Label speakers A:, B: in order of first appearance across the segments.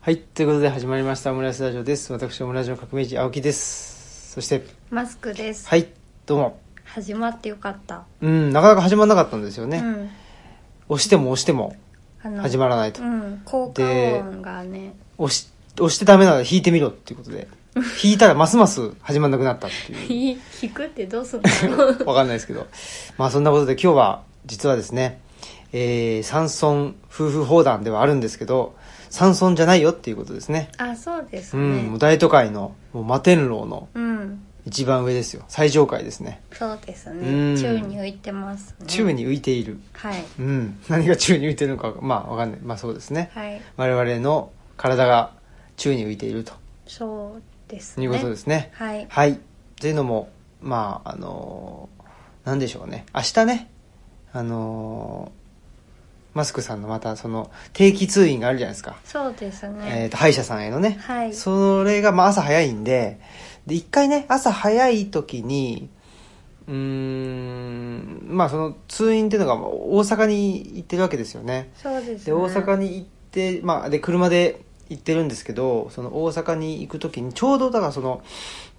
A: はい、ということで始まりましたオムライスラジオです。私、オムライスの革命児、青木です。そして、
B: マスクです、
A: はい、どうも。
B: 始まってよかった、
A: うん、なかなか始まらなかったんですよね。
B: うん
A: 押しても押しても
B: あの
A: 始まらないと。
B: うん効果音が ね
A: 押し、押してダメなら弾いてみろっていうことで、弾いたらますます始まらなくなったっていう。
B: ひ弾くってどうすんの
A: わかんないですけど。まあそんなことで今日は、実はですね、えー、山村夫婦砲弾ではあるんですけど、山村じゃないよっていうことですね。
B: あそうです
A: う
B: ね
A: ん、もう大都会の、もう摩天楼の
B: うん、
A: 一番上ですよ。最上階ですね。
B: そうです
A: うん
B: ね宙に浮いてますね
A: 宙に浮いている。
B: はい
A: うん。何が宙に浮いてるのか、まあわかんない。まあそうですね。
B: はい
A: 我々の体が宙に浮いていると
B: そうですね
A: いうことですね。
B: はい
A: はい。というのも、まあ、あのーなんでしょうね。明日ね、あのーマスクさんのまた、その、定期通院があるじゃないですか。
B: そうで
A: え
B: す
A: っ、
B: ね、
A: と、歯医者さんへのね。
B: はい
A: それが、まあ、朝早いんで、で、一回ね、朝早い時に、うーん、まあ、その、通院っていうのが、大阪に行ってるわけですよね。
B: そうです
A: で
B: ね
A: 大阪に行って、まあ、で車で行ってるんですけどその大阪に行く時にちょうどだからその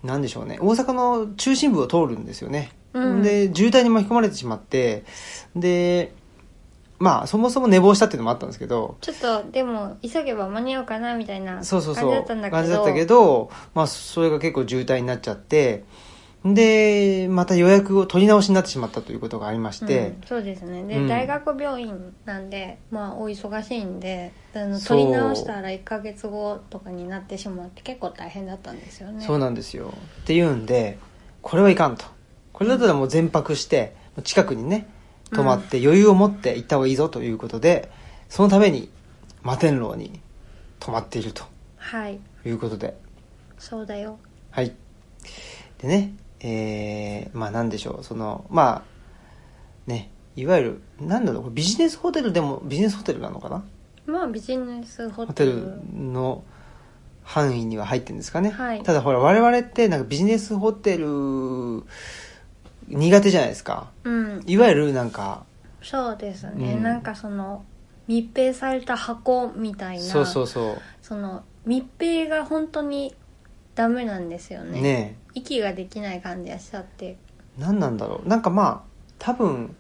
A: なんでしょうね大阪の中心部を通るんですよね、
B: うん
A: で渋滞に巻き込まれてしまってでまあそもそも寝坊したっていうのもあったんですけど
B: ちょっとでも急げば間に合うかなみたいな
A: そ
B: 感
A: うそ
B: じ
A: う
B: だ
A: そう
B: ったんだけど
A: だったけど、まあ、それが結構渋滞になっちゃってでまた予約を取り直しになってしまったということがありまして、
B: うん、そうですねで、
A: うん
B: 大学病院なんでまあお忙しいんであの
A: そう
B: 取り直したら1ヶ月後とかになってしまって結構大変だったんですよね
A: そうなんですよっていうんでこれはいかんとこれだったらもう全泊して近くにね泊まって余裕を持って行った方がいいぞということで、そのために摩天楼に泊まっていると
B: はい
A: いうことで
B: そうだよ
A: はいでねえー、まあなんでしょうそのまあねいわゆるなんだろうこれビジネスホテルでもビジネスホテルなのかな
B: まあビジネスホ
A: ホテ
B: テル
A: ルの範囲には入ってるんですかね、
B: はい
A: ただほら我々ってなんかビジネスホテル苦手じゃないですか
B: うん
A: いわゆるなんか
B: そうですね、
A: うん
B: なんかその密閉された箱みたいな
A: そうそうそ
B: その密閉が本当にダメなんですよ
A: う
B: ね
A: ね
B: 息ができない感じがしちゃって
A: え何なんだろうなんかまあ多分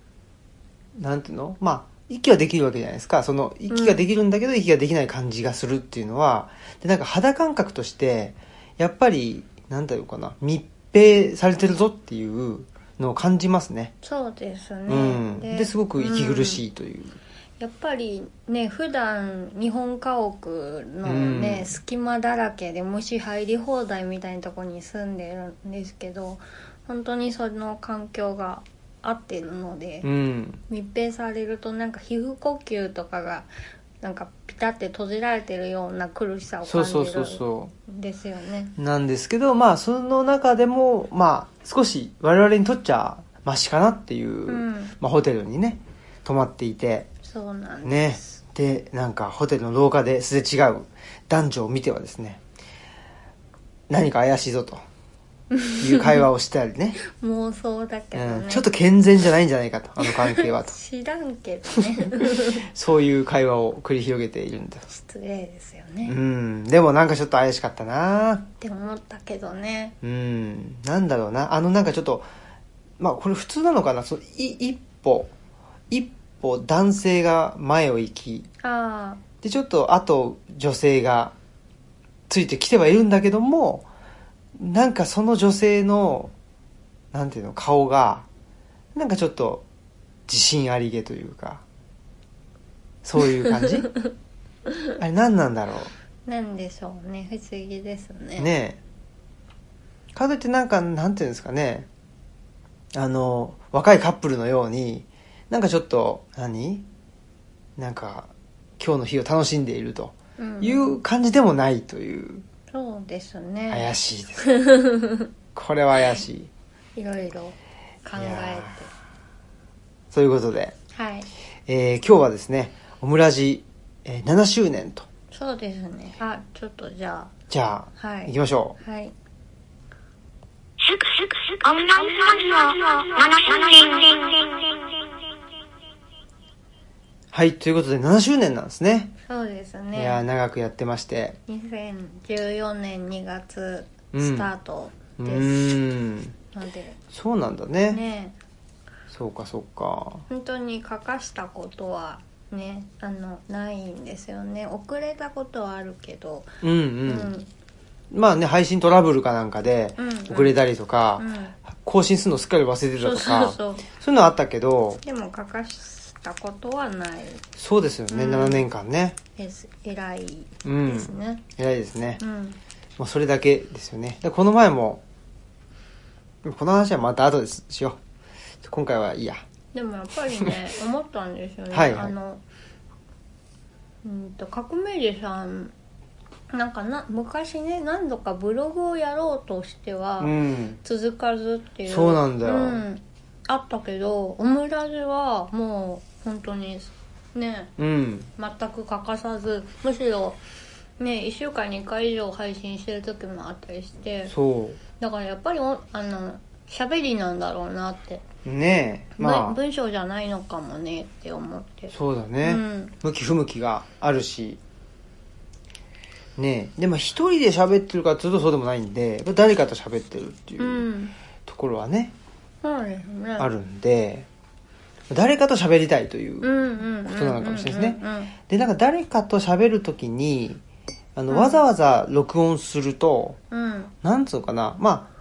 A: なんていうのまあ息はできるわけじゃないですかその息ができるんだけど息ができない感じがするっていうのはでなんか肌感覚としてやっぱりなんだろうかな密閉されてるぞっていうのを感じますね
B: そうですね、
A: うん、ですごく息苦
B: い
A: しいという、
B: やっぱりね普段日本家屋のね、
A: うん
B: 隙間だらけで虫入り放題みたいなとこに住んでるんですけど本当にその環境が合ってるので、
A: うん
B: 密閉されるとなんか皮膚呼吸とかがなんかピタって閉じられてるような苦しさを
A: そう
B: 感じ
A: そうそう
B: る
A: そ
B: んですよね。
A: うなんですけどまあその中でもまあ少し我々にとっちゃマシかなっていう、
B: うん
A: まあ、ホテルにね泊まっていて
B: そうなんで
A: ね
B: す、
A: でなんかホテルの廊下ですれ違う男女を見てはですね何か怪しいぞという会話をしたり ね
B: 妄想だけどね、
A: うん、ちょっと健全じゃないんじゃないかとあの関係 はと
B: 知らんけどね
A: そういう会話を繰り広げているんだ
B: 失礼ですよね、
A: うん、でもなんかちょっと怪しかったな
B: って思ったけどね
A: うん、なんだろうな。あのなんかちょっと、まあこれ普通なのかなそのい一歩、一歩男性が前を行き、
B: ああ
A: でちょっとあと女性がついてきてはいるんだけども、なんかその女性の、なんていうの、顔が、なんかちょっと自信ありげというか、そういう感じあれ何なんだろう
B: なんでしょうね不思議ですね
A: ねえかといってなんかなんていうんですかねあの若いカップルのようになんかちょっと何なんか今日の日を楽しんでいると
B: うん、
A: いう感じでもないという、
B: そうですね
A: 怪しいですこれは怪しい
B: いろいろ考
A: い
B: え
A: やということで、
B: てはい
A: えー今日はですねオムラジ、えー7周年と
B: そうですねあちょっとじゃ
A: じゃ
B: あは
A: あ
B: い
A: 行きましょう
B: はい
C: オムライスラジオ7周年。
A: はい、ということで7周年なんですね。
B: そうですね
A: いやー長くやってまして。
B: 2014年2月スタート
A: う
B: です
A: ーん。
B: ので、
A: そうなんだね。
B: ね
A: そうか、そうか。
B: 本当に欠かしたことはねあのないんですよね遅れたことはあるけど
A: うん
B: う
A: うん。まあね、配信トラブルかなんかで
B: うんうん
A: 遅れたりとか、
B: うん
A: 更新するのすっかり忘れてた
B: そう
A: と
B: そ
A: か、
B: うそう
A: そういうのはあったけど、
B: でも欠かしたことはない
A: そうですよね、
B: うん
A: 7年間ね。
B: です偉いうです
A: ん。
B: ね
A: 偉いですね
B: う。ん
A: まあ、それだけですよね。でこの前も、この話はまた後ですしよう。今回はいいや。
B: でもやっぱ りね思ったんですよね、
A: はいはい
B: あのうんと革命児さんなんかな昔ね何度かブログをやろうとしては、
A: うん。
B: 続かずっていう
A: そうなんだよ
B: んあったけどオムラジはもう本当にね
A: うん。
B: 全く欠かさずむしろね1週間2回以上配信してる時もあったりして
A: そう。
B: だからやっぱりおあの喋りなんだろうなって、
A: ねえま
B: 文
A: あ
B: 文章じゃないのかもねって思って
A: そうだね、
B: うん
A: 向き不向きがあるしねえでも一人で喋ってるかっていうとそうでもないんでやっぱ誰かと喋ってるっていうううんところはね、
B: そうですね
A: あるんで誰かと喋りたいという、
B: うんうんうん
A: ことなのかもしれないですね
B: うんうんうん
A: でなんか誰かと喋るときにあの、
B: うん
A: わざわざ録音すると
B: うん
A: なんつうのかなまあ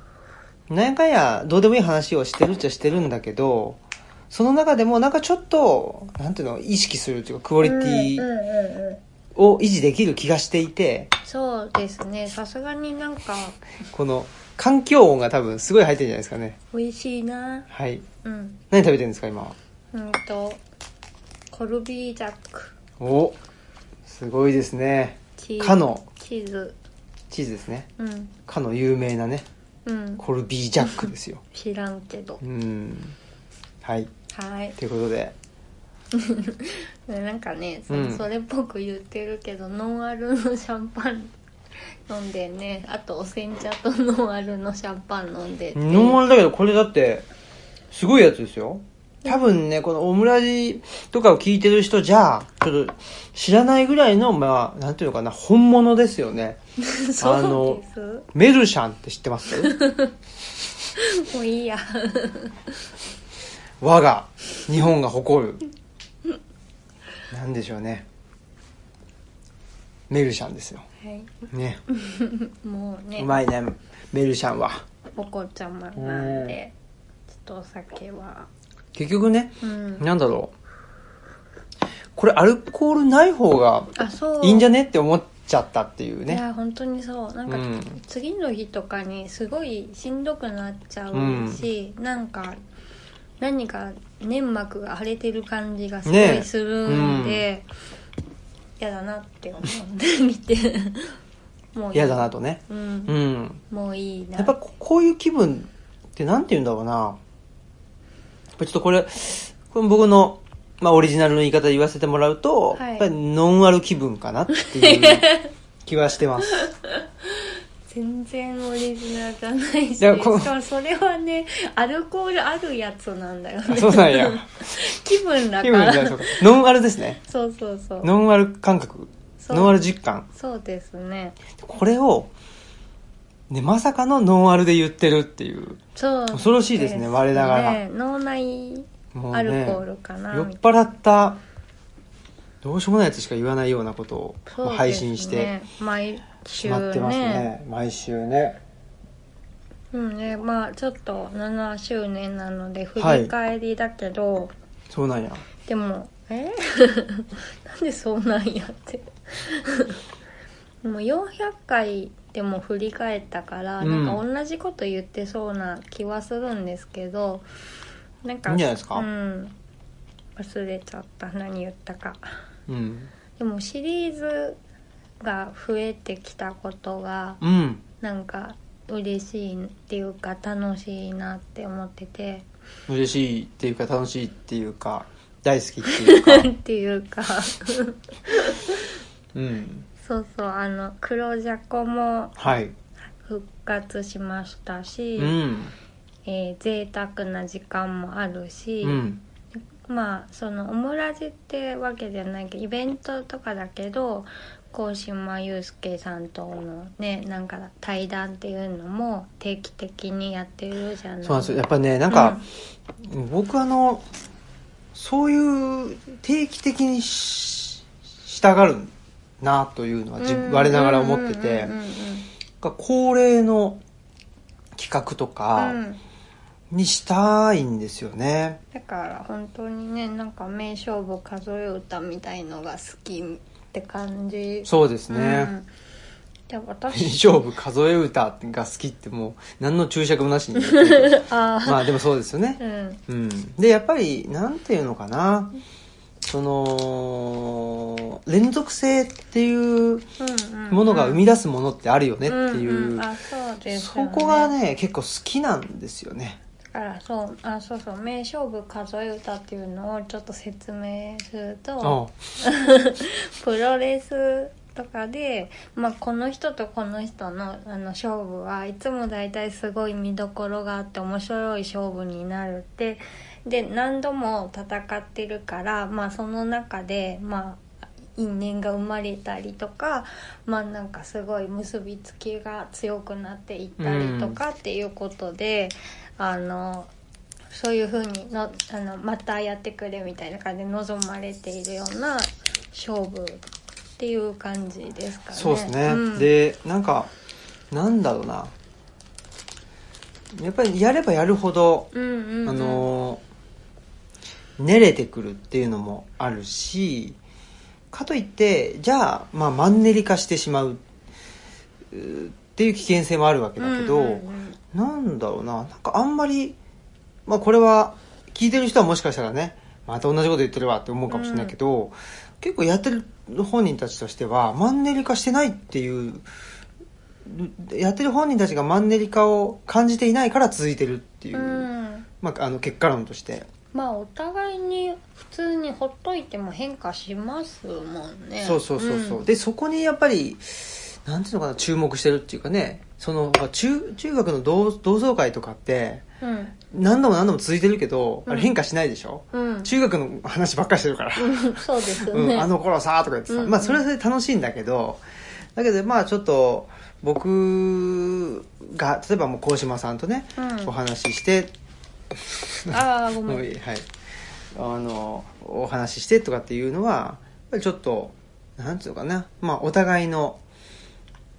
A: 何回やどうでもいい話をしてるっちゃしてるんだけどその中でもなんかちょっとなんていうの意識するっていうかクオリティ
B: うんうんうんうん
A: を維持できる気がしていて、
B: そうですねさすがになんか
A: この環境音が多分すごい入ってるんじゃないですかね。
B: 美味しいな
A: はい。
B: うん
A: 何食べてるんですか、今は。
B: うんとコルビージャック
A: おすごいですね。
B: チーズ
A: かの
B: チーズ
A: チーズですね。
B: うん
A: かの有名なね、
B: うん
A: コルビージャックですよ。
B: 知らんけど
A: うん。はい。
B: はい
A: ということで、
B: でなんかねそ,、
A: うん
B: それっぽく言ってるけどノンアルのシャンパン 飲んでねあとお煎茶とノンアルのシャンパン飲んでって
A: ノンアルだけど、これだって、すごいやつですよ。多分ね、このオムラジとかを聞いてる人じゃ、ちょっと知らないぐらいの、まあ、なんていうのかな、本物ですよね。
B: そうで
A: メルシャンって知って ます
B: すもういいや
A: 我が日本が誇るなんでしょうねメルシャンですよ
B: はい
A: ね
B: もうね
A: うまいねメルシャンは
B: お子ちゃまなんでちょっとお酒は
A: 結局ね
B: うん
A: なんだろうこれアルコールない方が
B: あそう
A: いいんじゃねって思っちゃったっていう
B: い
A: ね
B: や本当にそうなんか、
A: うん
B: 次の日とかにすごいしんどくなっちゃうし、なんか何か粘膜が腫れてる感じがすご
A: ねえ
B: いするんで嫌、だなって思って見て もういい
A: 嫌だなとね
B: うん、
A: うん
B: もういいな
A: やっぱここういう気分ってなんて言うんだろうなやっぱちょっとこれこれ僕の、まあ、オリジナルの言い方で言わせてもらうと、
B: はい
A: やっぱりノンアル気分かなって いう気はしてます
B: 全然オリジナルじゃないし
A: いやこ
B: しかもそれはねアルコールあるやつなんだよ
A: あ
B: ね
A: そうなんや
B: 気分だか
A: 気分
B: ら
A: じゃそうかノンアルですね
B: そうそうそう
A: ノンアル感覚
B: そう
A: ノンアル実感
B: そうですね
A: これを、ね、まさかのノンアルで言ってるっていう
B: そう
A: 恐ろしいですね我ながら
B: ね脳内
A: もうね
B: アルコールかな、
A: 酔っ
B: みたい
A: 払ったどうしようもないやつしか言わないようなことを
B: な
A: まあ配信して、
B: そうですね毎
A: 決
B: 週
A: まって
B: ね
A: ますね毎週ね
B: うんねまあちょっと7周年なので振
A: はい
B: り返りだけど、
A: そうなんや
B: でもえ なんでそうなんやってでも400回でも振り返ったから、
A: うん
B: なんか同じこと言ってそうな気はするんですけどなんか
A: いいんじゃないですか
B: うん、忘れちゃった何言ったか
A: うん
B: でもシリーズが増えてきたことが
A: うん
B: なんか嬉しいっていうか楽しいなって思っ てて
A: 嬉しいっていうか楽しいっていうか大好きっていう か
B: っていうか
A: うん
B: そうそうあの黒じゃこも
A: はい
B: 復活しましたし、
A: うん
B: えー贅沢な時間もあるし、
A: うん
B: まあそのオムラジってわけじゃないけどイベントとかだけど鴻島祐介さんとのねなんか対談っていうのも定期的にやってるじゃない
A: そうなんですよやっぱねなんか、僕あのそういう定期的にししたがるなというのは自我ながら思ってて、
B: うんうんうん
A: が恒例の企画と
B: うんうん
A: か
B: うん
A: にしたいんですよね、
B: だから本当にねなんか名勝負数え歌みたいのが好きって感じ
A: そうです
B: う
A: ね
B: ん、で
A: 「
B: 私
A: 勝負数え歌」が好きってもう何の注釈もなし に言ってるけど
B: ああ
A: まあでもそうですよね
B: うん
A: うん、でやっぱりなんていうのかなその連続性っていう
B: うんうん
A: ものが生み
B: 出
A: 出すものってあるよねっていう,、
B: んんあそうです
A: そ
B: よね
A: こがね結構好きなんですよね
B: だからそうあそうそう名勝負数え歌っていうのをちょっと説明すると
A: あ
B: プロレスとかで、まあ、この人とこの人のあの勝負はいつも大体すごい見どころがあって面白い勝負になるってで何度も戦ってるから、まあ、その中で、まあ、因縁が生まれたりとか、まあ、なんかすごい結びつきが強くなっていったりとかっていうことで、あのそういうふうにのあのまたやってくれみたいな感じで望まれているような勝負っていう感じですかね。
A: そうですね、
B: うん、
A: でなんかなんだろうなやっぱりやればやるほど、
B: うんうんうん、
A: あの練れてくるっていうのもあるしかといってじゃあ、まあ、マンネリ化してしまううーっていう危険性もあるわけだけど、
B: うんうんうん
A: なんだろうななんかあんまり、まあ、これは聞いてる人はもしかしたらねまた同じこと言ってるわって思うかもしれないけど、結構やってる本人たちとしてはマンネリ化してないっていうやってる本人たちがマンネリ化を感じていないから続いてるっていう。
B: うん
A: まあ、あの結果論として、
B: まあお互いに普通にほっといても変化しますもんね
A: そうそうそうそう、
B: ん
A: でそこにやっぱりなんていうのかな注目してるっていうかねそのまあ中中学の同同窓会とかって
B: うん
A: 何度も何度も続いてるけど、あ
B: うん
A: れ変化しないでしょ
B: うん、
A: 中学の話ばっかりしてるから、
B: うんそうですよ
A: う
B: ね、
A: ん、あの頃さとか言ってさ、
B: うんうん
A: まあそれはそれで楽しいんだけどだけどまあちょっと僕が例えばもう鴻島さんとね、
B: うん
A: お話しして
B: ああごめ
A: も
B: ん
A: ういい はい、あのお話ししてとかっていうのはやっぱりちょっとなんていうのかな、まあ、お互いの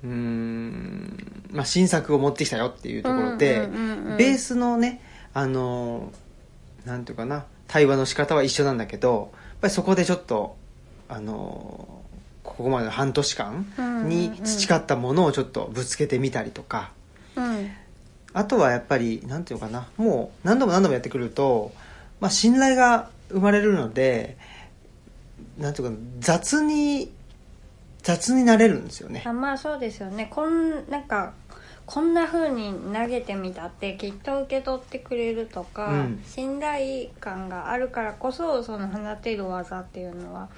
A: うーん、まあ、新作を持ってきたよっていうところで、
B: うんうんうんうん
A: ベースのねあのなんていうかな対話の仕方は一緒なんだけどやっぱりそこでちょっとあのここまでの半年間に培ったものをちょっとぶつけてみたりとか。
B: うん
A: あとはやっぱり、なんていうのかな、もう何度も何度もやってくると、まあ、信頼が生まれるので、なんていうかな、雑に、雑になれるんですよね
B: あ。まあそうですよねこんなんかこんな風に投げてみたってきっと受け取ってくれるとか、
A: うん
B: 信頼感があるからこそその放てる技っていうのは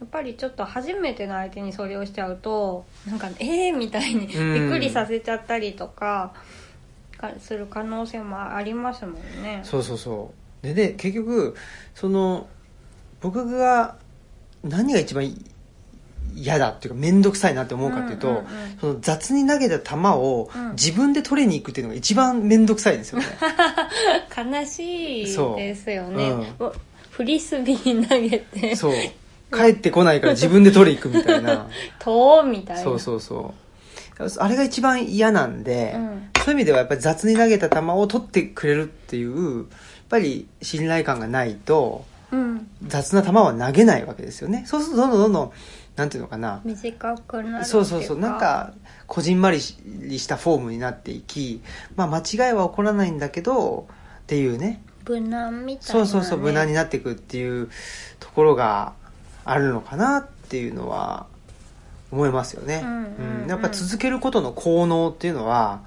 B: やっぱりちょっと初めての相手にそれをしちゃうとなんか「えー!」みたいにび
A: うん
B: っくりさせちゃったりとかかする可能性もありますもんね。
A: そうそうそう。で、で、結局、その、僕が何が一番嫌だっていうか、面倒くさいなって思うかっていうと、
B: んんん
A: その雑に投げた球を
B: うん
A: 自分で取りに行くっていうのが一番面倒くさいんですよね。
B: 悲しい
A: そう
B: ですよね、
A: う
B: おフリスビー投げて
A: そう。帰ってこないから自分で取りに行くみたいな。
B: 「と」みたいな
A: そうそうそうあれが一番嫌なんで、
B: うん
A: そういう意味ではやっぱり雑に投げた球を取ってくれるっていうやっぱり信頼感がないと
B: うん、
A: 雑な球は投げないわけですよねそうするとどんどんどんどんなんていうのかな
B: 短くなるってい
A: そうそうそうなんかこじんまりしたフォームになっていき、まあ、間違いは起こらないんだけどっていうね
B: 無難みたいな、
A: そ
B: ね、
A: うそうそう無難になっていくっていうところがあるのかなっていうのは思いますよね、
B: うんうんうん
A: やっぱ続けることの効能っていうのは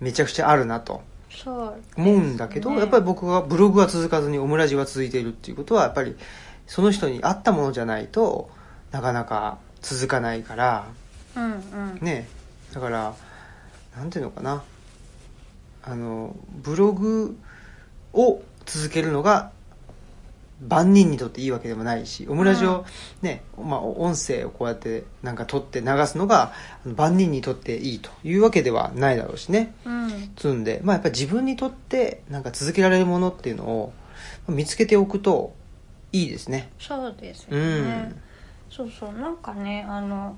A: めちゃくちゃあるなと
B: そう
A: 思うんだけど、
B: ね
A: やっぱり僕はブログは続かずにオムラジは続いているっていうことはやっぱりその人に合ったものじゃないとなかなか続かないから
B: うんうん
A: ねだからなんていうのかなあのブログを続けるのが万人にとっていいわけでもないしオムラジオ、ねまあ、音声をこうやってなんか撮って流すのが万人にとっていいというわけではないだろうしね
B: うん
A: つうんで、まあ、やっぱ自分にとってなんか続けられるものっていうのを見つけておくといいですね
B: そうですよ
A: う
B: ね、
A: ん
B: そうそうなんかねあの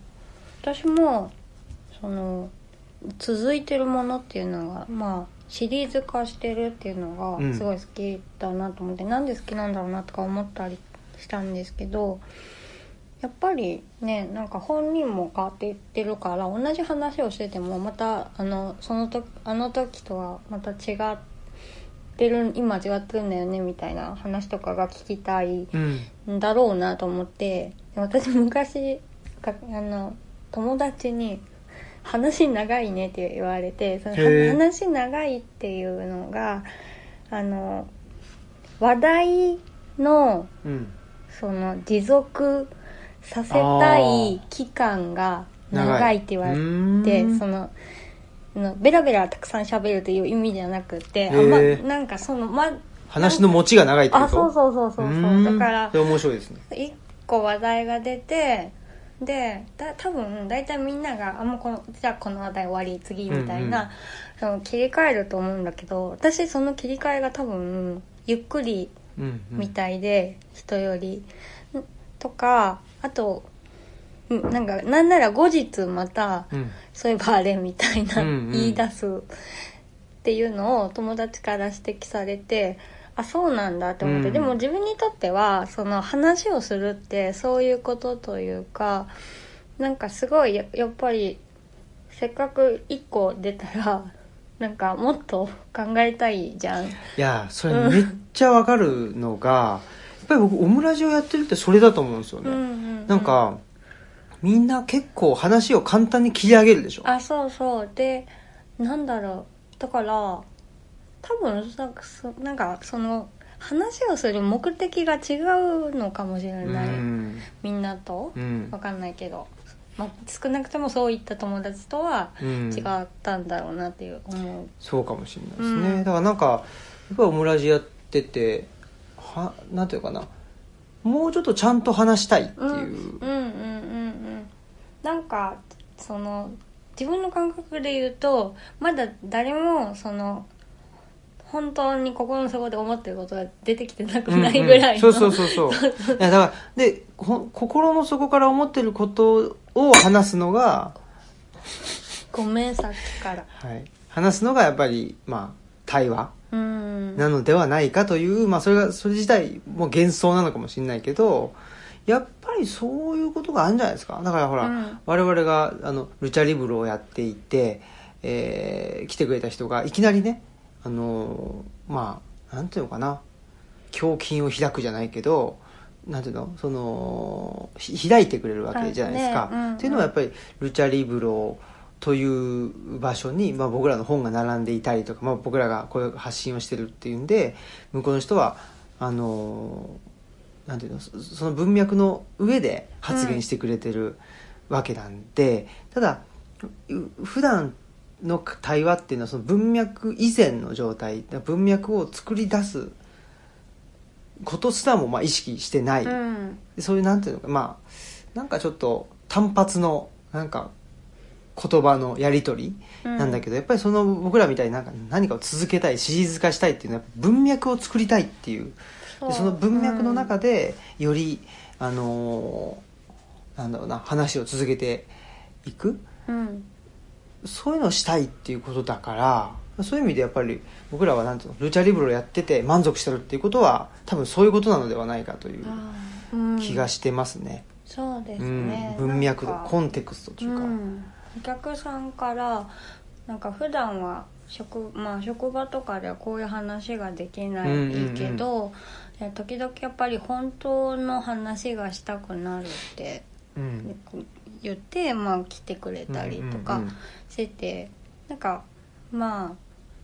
B: 私もその続いてるものっていうのがまあシリーズ化してるっていうの
A: うん
B: がすごい好きだなと思って、なんで好きなんだろうなとか思ったりしたんですけどやっぱりねなんか本人も変わっていってるから同じ話をしててもまたあのその時あの時とはまた違ってる今違ってるんだよねみたいな話とかが聞きたい
A: うん
B: だろうなと思って私昔かあの友達に「話長いね」って言われてその
A: へえ
B: 話長いっていうのがあの話題の
A: うん
B: その持続させたい期間が長いって言われて
A: う
B: で
A: ん
B: そのあのベラベラたくさん喋るという意味じゃなくて、あ
A: へえ
B: ま、なんかそのま
A: 話の持ちが長いってこと
B: あそうそうそうそうそうだから
A: それ面白いですね
B: 一個話題が出てでだ多分大体みんなが「あもうこのじゃあこの話題終わり次」みたい
A: う
B: な、
A: ん
B: その切り替えると思うんだけど私その切り替えが多分ゆっくり
A: うんうん
B: みたいで、人よりんとかあとうんなんかなんなら後日また
A: うん
B: そういえばあれみたいな
A: うんうん
B: 言い出すっていうのを友達から指摘されてあそうなんだって思って、
A: うん
B: でも自分にとってはその話をするってそういうことというかなんかすごいややっぱりせっかく1個出たらなんかもっと考えたいじゃん。
A: いやそれめっちゃわかるのが、やっぱり僕オムラジオやってるってそれだと思うんですよね、
B: うんうんうん
A: なんかみんな結構話を簡単に切り上げるでしょ
B: あそうそうでなんだろうだから多分なんかそなんかその話をする目的が違うのかもしれ
A: う
B: ない、
A: ん
B: みんなと
A: うん
B: わかんないけど、まあ、少なくともそういった友達とは
A: うん
B: 違ったんだろうなっていう思う、
A: そうかもしれないですね、
B: う
A: だ
B: ん
A: からなんかやっぱりオムラジやっててはなんていうかなもうちょっとちゃんと話したいっていう、
B: うんうんうんうんなんかその自分の感覚で言うとまだ誰もその本当に心の底で思ってることが出てきてなくないぐらいの、
A: うんうんそうそうそうそういやだからでほ心の底から思ってることを話すのが、
B: ごめんさっきから
A: はい、話すのがやっぱりまあ対話
B: うん
A: なのではないかという、まあ、それがそれ自体も幻想なのかもしれないけどやっぱりそういうことがあるんじゃないですかだからほら、
B: うん
A: 我々があのルチャリブロをやっていて、えー来てくれた人がいきなりねあのーまあなんていうのかな胸筋を開くじゃないけどなんていうのそのひ開いてくれるわけじゃないですか。
B: はいねうんうん
A: っていうのはやっぱりルチャリブロという場所に、まあ、僕らの本が並んでいたりとか、まあ、僕らがこういう発信をしてるっていうんで向こうの人はあのーなんていうのそその文脈の上で発言してくれてるわけなんで、ただう普段の対話っていうのはその文脈以前の状態文脈を作り出すことすらもまあ意識してない、
B: うん
A: でそういうなんていうのかまあなんかちょっと単発のなんか言葉のやり取りなんだけど、やっぱりその僕らみたいになんか何かを続けたいシリーズ化したいっていうのはやっぱ文脈を作りたいっていう
B: ど
A: でその文脈の中でより、あのーなんだろうな話を続けていく
B: うん
A: そういうのをしたいっていうことだからそういう意味でやっぱり僕らはなんていうのルチャリブロやってて満足してるっていうことは多分そういうことなのではないかという
B: あーうん
A: 気がしてますね。
B: そうです
A: うん
B: ね、
A: 文脈度
B: なんか
A: コンテクストというか、
B: うん、お客さんからなんか普段は職,、まあ、職場とかではこういう話ができない
A: うんうんうん
B: けど、え時々やっぱり本当の話がしたくなるって
A: うん
B: 言って、まあ、来てくれたりとか
A: うんうんうん
B: してて、なんかま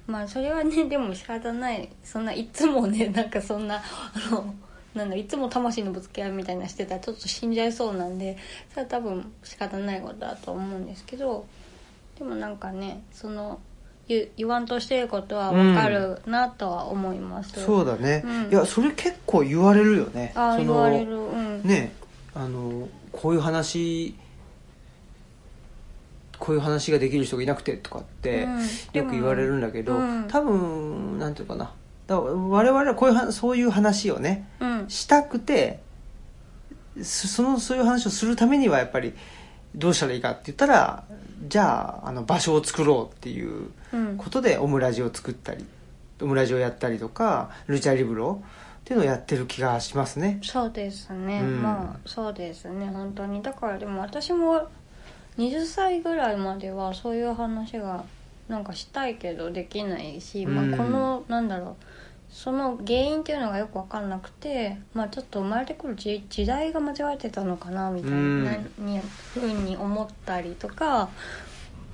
B: あまあそれはね でも仕方ないそんないつもね なんかそんなあのなんだいつも魂のぶつけ合いみたいなしてたらちょっと死んじゃいそうなんでそれは多分仕方ないことだと思うんですけどでもなんかねその言言わんとしてることは分かるなとは思います、
A: そうだね、
B: うん
A: いやそれ結構言われるよね
B: ああ
A: そ
B: 言
A: の
B: われるうん、
A: ねあのこういう話こういう話ができる人がいなくてとかって
B: うん
A: よく言われるんだけど、
B: でもうん
A: 多分なんていうかなだから我々はこういうはそういう話をね
B: うん、
A: したくてそそのそういう話をするためにはやっぱりどうしたらいいかって言ったらじゃああの場所を作ろうっていう
B: うん
A: ことでオムラジを作ったりオムラジをやったりとかルチャリブロっていうのをやってる気がしますね。
B: そうですね、
A: うん
B: まあそうですね本当にだからでも私も20歳ぐらいまではそういう話がなんかしたいけどできないし、
A: うん
B: まあ、このなんだろうその原因っていうのがよく分かんなくて、まあ、ちょっと生まれてくる時時代が間違えてたのかなみたいな、
A: うん
B: なにふうに思ったりとか、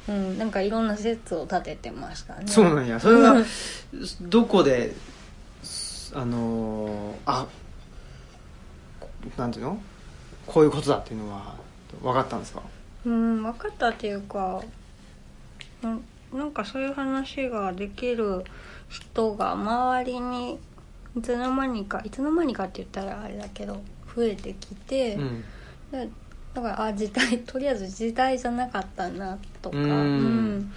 B: うん、なんかいろんな説を立ててましたね。
A: そうなんやそれ は
B: うん
A: どこですあのーあこなんていうのこういうことだっていうのは分かったんですか
B: うん分かったっていうかななんかそういう話ができる人が周りにいつの間にかいつの間にかって言ったらあれだけど増えてきて、
A: うん
B: でだからあ時代とりあえず時代じゃなかったなとか
A: うん
B: うん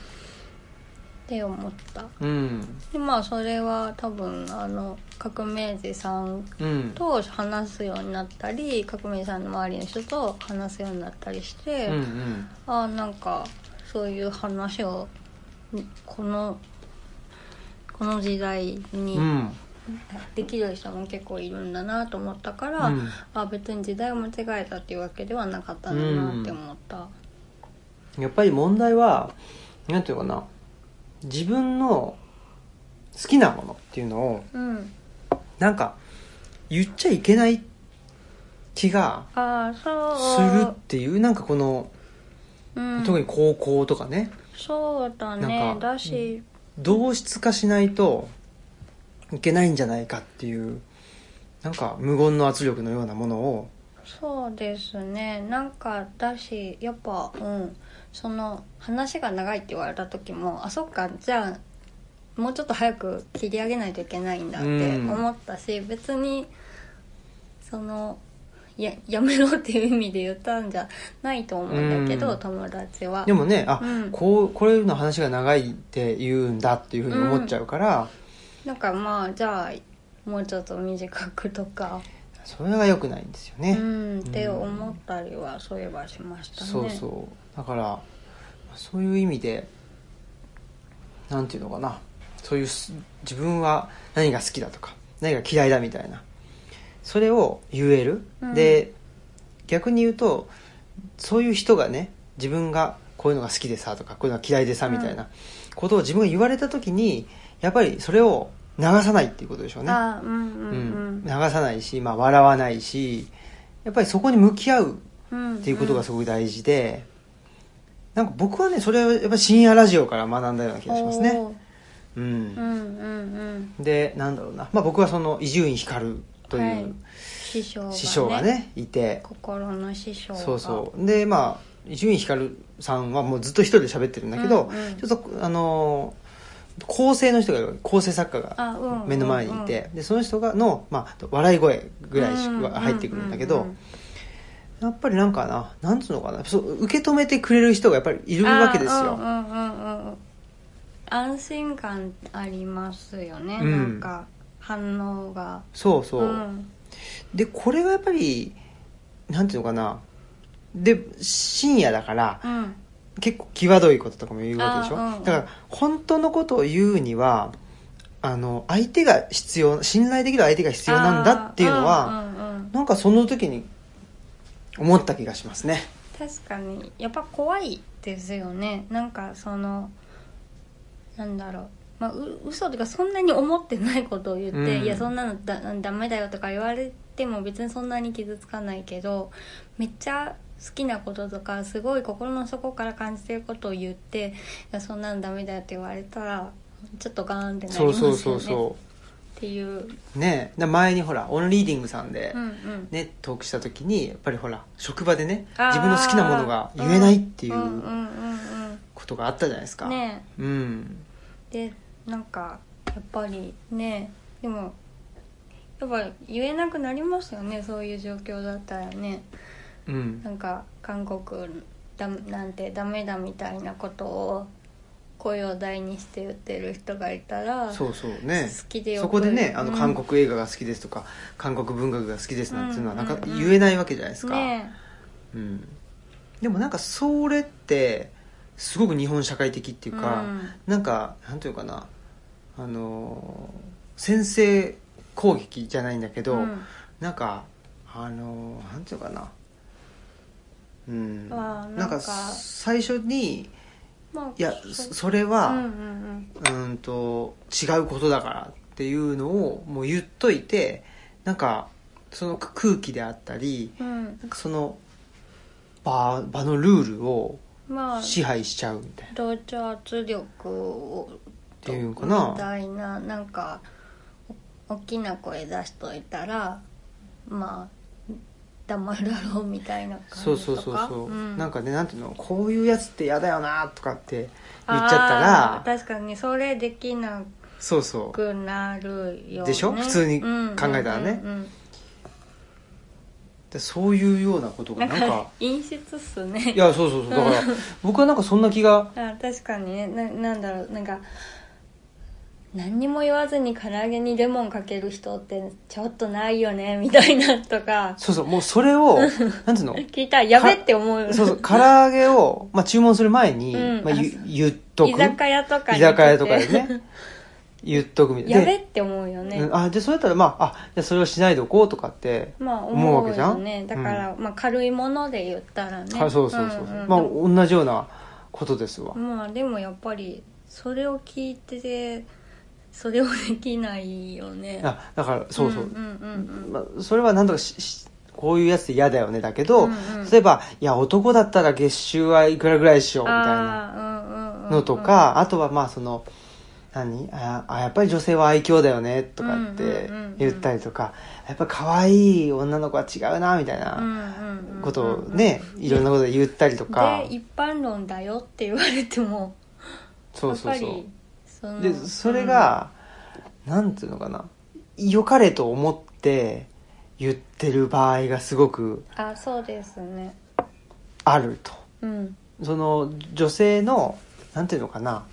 B: って思った
A: うん
B: でまあそれは多分あの革命児さん
A: うん
B: と話すようになったり革命児さんの周りの人と話すようになったりして、
A: うんうん
B: あーなんかそういう話をこのこの時代に
A: うん
B: できる人も結構いるんだなと思ったから、
A: うん
B: あー別に時代を間違えたっていうわけではなかったんだなって思った、
A: やっぱり問題はなんていうのかな自分の好きなものっていうのを
B: うん
A: なんか言っちゃいけない気が
B: ああ
A: す
B: そ
A: る
B: う
A: っていうなんかこの
B: うん、
A: 特に高校とかね
B: そうだ
A: な
B: ね
A: んか
B: だし、
A: 同質化しないといけないんじゃないかっていうなんか無言の圧力のようなものを
B: そうですねなんかだしやっぱうんその話が長いって言われた時もあそっかじゃあもうちょっと早く切り上げないといけないんだって
A: うん
B: 思ったし、別にそのややめろっていう意味で言ったんじゃないと思うんだけど、
A: うん
B: 友達は
A: でもねあ、
B: うん
A: こうこれの話が長いって言うんだっていうふうに思っちゃうから、
B: なんかまあじゃあもうちょっと短くとか、
A: それが良くないんですよね。
B: うんって思ったりはそういえばしましたね
A: そうそうだからそういう意味でなんていうのかなそういうす自分は何が好きだとか何が嫌いだみたいなそれを言える、
B: うん
A: で逆に言うとそういう人がね自分がこういうのが好きでさとかこういうのが嫌いでさ
B: うん
A: みたいなことを自分が言われた時にやっぱりそれを流さないっていうことでしょうね、
B: あうんう
A: うんん、流さないし、まあ、笑わないしやっぱりそこに向き合う
B: うんうん
A: っていうことがすごく大事で、なんか僕はねそれはやっぱ深夜ラジオから学んだような気がしますね、
B: おー
A: う、
B: うんんうん
A: でなんだろうな、まあ、僕はその伊集院光と
B: はいいう師匠がね
A: 師匠がね,、いて
B: 心の師匠が
A: そうそうでまあ伊集院光さんはもうずっと一人で喋ってるんだけど、
B: うんうん
A: ちょっとあのー構成の人がいるわけ構成作家が
B: あ、うん、
A: 目の前にいて、でその人がの、まあ、笑い声ぐらいし
B: うん
A: か入ってくるんだけど、
B: うんうんうん
A: やっぱりなんかななんつうのかなそう受け止めてくれる人がやっぱりい
B: うん
A: るわけですよ、
B: あうんうんうんうん安心感ありますよね、
A: うん
B: なんか反応が
A: そうそう、
B: ん
A: でこれがやっぱりなんていうのかなで深夜だから
B: うん
A: 結構際どいこととかも言うわけでしょ、
B: あうんうん
A: だから本当のことを言うにはあの相手が必要信頼できる相手が必要なんだっていうのは、
B: あーうんうんうん
A: なんかその時に思った気がしますね
B: 確かにやっぱ怖いですよねなんかそのなんだろうまあ、う嘘というかそんなに思ってないことを言って、
A: うん
B: いやそんなのだダメだよとか言われても別にそんなに傷つかないけどめっちゃ好きなこととかすごい心の底から感じてることを言っていやそんなのダメだよって言われたらちょっとガーンってなり
A: そう
B: ますよ
A: そ
B: ね
A: うそうそ
B: っていう、
A: うねえで前にほらオンリーディングさんで、
B: うんうん、
A: ね、トークした時にやっぱりほら職場でね
B: あー
A: 自分の好きなものが言えないってい
B: んん
A: う
B: うんうん
A: ことがあったじゃないですか、
B: ねえ
A: うん
B: でなんかやっぱりねでもやっぱ言えなくなりますよねそういう状況だったらね
A: うん
B: なんか韓国だなんてダメだみたいなことを声を大にして言ってる人がいたら
A: そうそうね
B: 好きでよく
A: そこでねあの
B: うん
A: 韓国映画が好きですとか、韓国文学が好きですなんていうのはなんか
B: うんうんうん
A: 言えないわけじゃないですか、
B: ね
A: うん、でもなんかそれってすごく日本社会的っていうか、
B: うん
A: なんかなんていうかなあのー先制攻撃じゃないんだけど、
B: うん
A: なんかあのーなんていうかなうん
B: わあ
A: なん
B: なんか
A: か最初に
B: まあ
A: いや
B: そ
A: そそれ
B: う
A: は、
B: んうん
A: うんと違うことだからっていうのをもう言っといてなんかその空気であったり
B: うんうん
A: なんかその場場のルールを
B: まあ
A: 支配しちゃうみたいな
B: 同調圧力を
A: っていうのかな
B: みたいななんかお大きな声出しといたらまあ黙るだろうみたいな感じとか
A: そうそうそうそう、
B: うん
A: なんかねなんていうのこういうやつって嫌だよなとかって言っち
B: あ
A: ゃ
B: ー
A: ったら
B: 確かにそれできな
A: そうそう
B: くなるよ、ね、
A: でしょ普通に考えたらね
B: うんうんうんうん
A: でそういうようなこと
B: な
A: が
B: ん
A: なん
B: か
A: か
B: 陰湿っすね
A: いやそうそうそうだから僕はなんかそんな気が
B: あ確かにねななんだろうなんか何にも言わずに唐揚げにレモンかける人ってちょっとないよねみたいなとか
A: そうそうもうそれ をなんていうの
B: 聞いたらやべって思う
A: そうそう、唐揚げを、まあ、注文する前に、
B: うん
A: まあ、ゆ
B: あそう
A: 言っとく。
B: 居酒屋とか
A: 居
B: に行って
A: 酒屋とかでね。言っとくみたいな。
B: やべ
A: で
B: って思うよね、
A: うんあ、で、そうやったら、まあ、あ、じゃあそれをしないでおこうとかって、
B: まあ
A: 思う
B: 思
A: わ
B: う
A: けじゃ
B: よ
A: ん
B: ねだから、まあ軽いもので言ったらね
A: あそうそうそう。
B: んん
A: まあ、同じようなことですわ。
B: まあでもやっぱりそれを聞いててそれをできないよね
A: あだから、そうそう。
B: んうんうん
A: まあ、それはなんとかし、しこういうやつで嫌だよね。だけど、
B: うんうん
A: 例えば、いや、男だったら月収はいくらぐらいしよ
B: う
A: うんみたいな。
B: あーうんうんうんうん
A: のとか、あとはまあその何ああやっぱり女性は愛嬌だよねとかっ
B: う
A: て
B: んうんうんうん
A: 言ったりとか、やっぱ可愛い女の子は違うなみたいなことをね、いろんなことで言ったりとか
B: で一般論だよって言われても
A: そうそう
B: やっぱ
A: そ
B: りその
A: うでそれ、が、なんていうのかな良かれと思って言ってる場合がすごく
B: うんあそうですね
A: あると
B: うん
A: その女性のなんていうのかな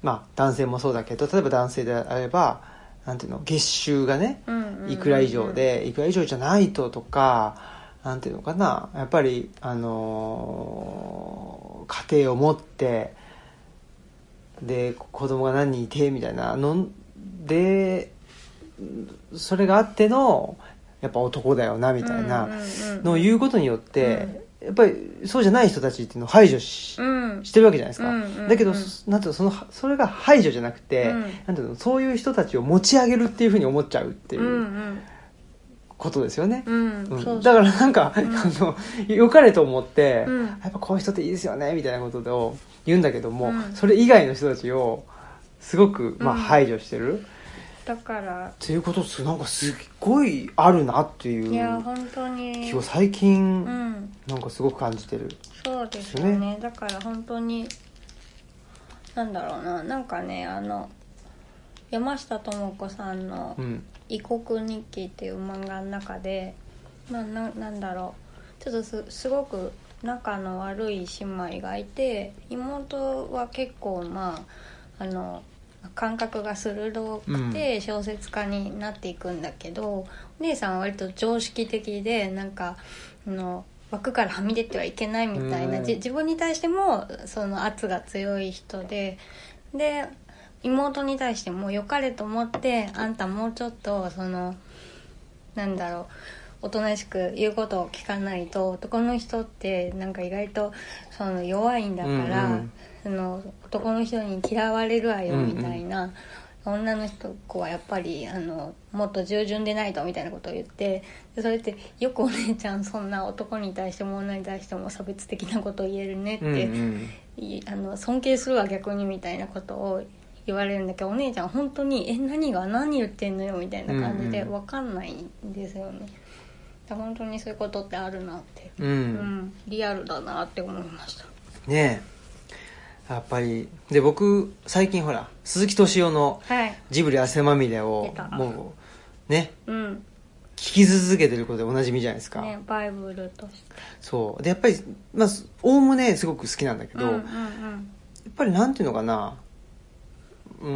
A: まあ男性もそうだけど例えば男性であればなんていうの月収がね
B: うんうんうんうん
A: いくら以上でいくら以上じゃないととかなんていうのかなやっぱりあのー家庭を持ってで子供が何人いてみたいなのでそれがあってのやっぱ男だよなみたいなのを言うことによって、やっぱりそうじゃない人たちっていうのを排除し,、
B: うん
A: してるわけじゃないですか、
B: うんうんうん
A: だけどそなんていうのそのそれが排除じゃなくて、
B: うん
A: なんていうのそういう人たちを持ち上げるっていうふうに思っちゃうってい
B: うんう
A: うんことですよね、
B: うん
A: う
B: うんんそう
A: だからなんか、あの良かれと思って、
B: うん
A: やっぱこういう人っていいですよねみたいなことを言うんだけども、
B: うん
A: それ以外の人たちをすごく、まあ、
B: うん
A: 排除してる、っ
B: だから
A: ていうことすなんかすっごいあるなってい
B: いや
A: う
B: 本当に
A: 気を最近、
B: うん
A: なんかすごく感じてる
B: そうですよねだから本当になんだろうななんかねあの山下智子さんの
A: うん
B: 「異国日記」っていう漫画の中で、まあ、ななんだろうちょっとすすごく仲の悪い姉妹がいて妹は結構まああの感覚が鋭くて小説家になっていくんだけど、お姉さんは割と常識的でなんかあの枠からはみ出てはいけないみたいな、
A: うん
B: じ自分に対してもその圧が強い人でで妹に対しても良かれと思ってあんたもうちょっとそのなんだろうおとなしく言うことを聞かないと男の人ってなんか意外とその弱いんだから、
A: うんうん
B: その男の人に嫌われるわよみたいな、女の人子はやっぱりあのもっと従順でないとみたいなことを言ってでそれってよくお姉ちゃんそんな男に対しても女に対しても差別的なことを言えるねって、
A: うんうん
B: いあの尊敬するわ逆にみたいなことを言われるんだけどお姉ちゃん本当に「え何が何言ってんのよ」みたいな感じで
A: うんうん
B: 分かんないんですよね、だから本当にそういうことってあるなって、
A: うん
B: うんリアルだなって思いました
A: ねえやっぱりで僕最近ほら鈴木敏夫の
B: はい
A: 「ジブリ汗まみれ」を
B: 出た
A: もうね、
B: うん
A: 聞き続けてることでおなじみじゃないですか。
B: ねバイブルとして
A: そう。で、やっぱり、まあ、おおむねすごく好きなんだけど、
B: うんう
A: や
B: ん
A: っぱりなんていうのかな、うー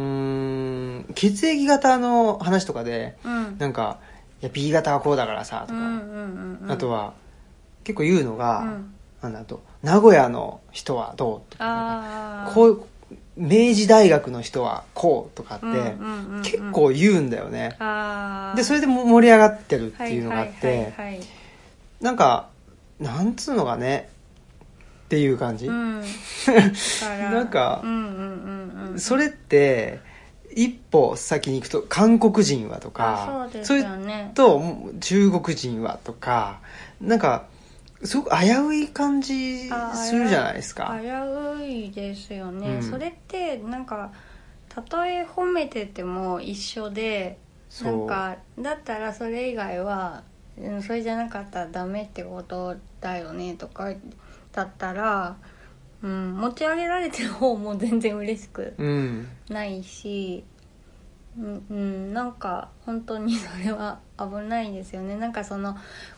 A: ん、血液型の話とかで、
B: うんうん
A: なんか、いや、B 型はこうだからさ、と
B: う
A: か、
B: んうんうん
A: あとは、結構言うのが、
B: うん
A: なんだあと、名古屋の人はどうとか、なんか
B: あー
A: こう、明治大学の人はこうとかって、
B: うんうんうんうん
A: 結構言うんだよね。
B: あー
A: で、それでも盛り上がってるっていうのがあって、
B: はいはいはいはい
A: なんか、なんつうのがね、っていう感じ。
B: うん、 だから
A: なんか
B: うんうんうんうん、
A: それって、一歩先に行くと、韓国人はと
B: あ
A: か、
B: そうです
A: れ
B: よね
A: と、もう中国人はとか、なんか、すごく危うい感じ
B: あ
A: するじゃないですか。
B: 危ういですよね、
A: うん
B: それってなんかたとえ褒めてても一緒で
A: そ
B: な
A: うん
B: かだったらそれ以外はうんそれじゃなかったらダメってことだよねとかだったら、うん、持ち上げられてる方も全然嬉しく
A: うん。
B: ないし、うんうん、なんか本当にそれは危ないですよねなんかその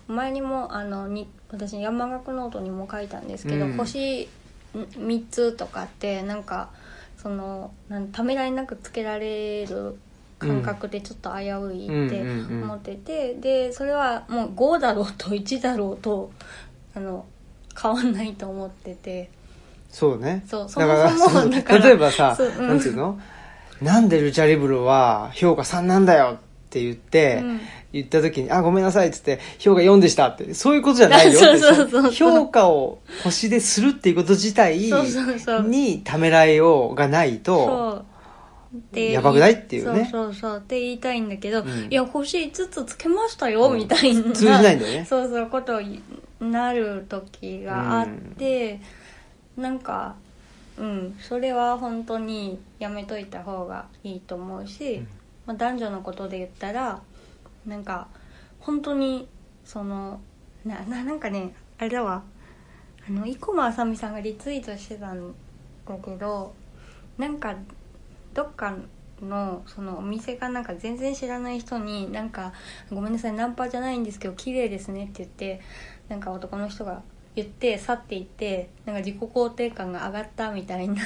B: 前にもあのに私山岳ノートにも書いたんですけど、
A: うん
B: 星3つとかってなんかそのなんためらいなくつけられる感覚でちょっと危ういって
A: うんうんうんうん
B: 思ってて、でそれはもう5だろうと1だろうとあの変わんないと思ってて。
A: そうね。
B: そう
A: だから
B: そもそも
A: そう
B: だから
A: 例えばさ、
B: そううん
A: なんていうのなんでルチャリブロは評価3なんだよって言って、
B: うん
A: 言った時に、あ、ごめんなさいって言って、評価4でしたって、そういうことじゃないよ
B: そうそうそうそう
A: 評価を星でするっていうこと自体
B: そうそうそう
A: にためらいをがないと、
B: そうで
A: やばくないっていうね
B: そうそうそうって言いたいんだけど、
A: うん
B: いや星5つつけましたよ、
A: うん
B: みたいな
A: 通じないんだよね
B: そうそうことになる時があって、なんかうんそれは本当にやめといた方がいいと思うし、
A: うん
B: まあ、男女のことで言ったらなんか本当にそのなななんかねあれだわあの生駒あさみさんがリツイートしてたんだけどなんかどっかのそのお店がなんか全然知らない人になんか「ごめんなさいナンパじゃないんですけど綺麗ですね」って言ってなんか男の人が言って去っていってなんか自己肯定感が上がったみたいな な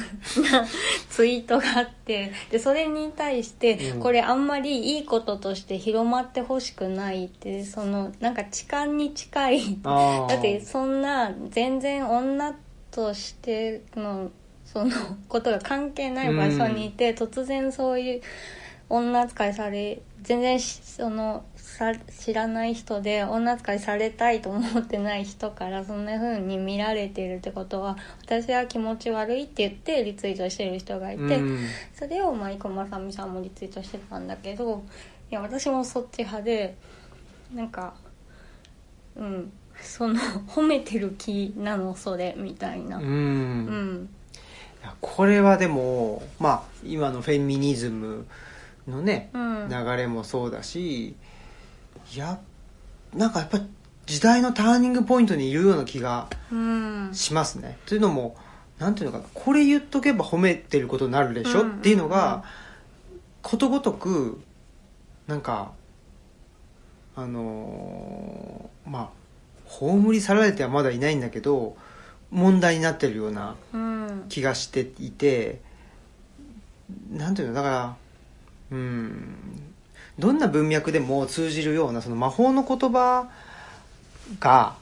B: ツイートがあってでそれに対して
A: うん
B: これあんまりいいこととして広まってほしくないってそのなんか痴漢に近い
A: あー
B: だってそんな全然女としてのそのことが関係ない場所にいて、突然そういう女扱いされ全然しそのさ知らない人で女扱いされたいと思ってない人からそんな風に見られてるってことは私は気持ち悪いって言ってリツイートしてる人がいて、
A: うん
B: それをまあ生駒さみさんもリツイートしてたんだけどいや私もそっち派でなんかうんその褒めてる気なのそれみたいな
A: う
B: うんん、
A: いやこれはでも、まあ、今のフェミニズムのね、
B: うん
A: 流れもそうだしいやなんかやっぱ時代のターニングポイントにいるような気が
B: うん
A: しますね。というのもなんていうのかなこれ言っとけば褒めてることになるでしょ、
B: うん
A: っていうのがことごとくなんかあのーまあ葬り去られてはまだいないんだけど問題になってるような
B: うん
A: 気がしていてなんていうのだからうんどんな文脈でも通じるようなその魔法の言葉が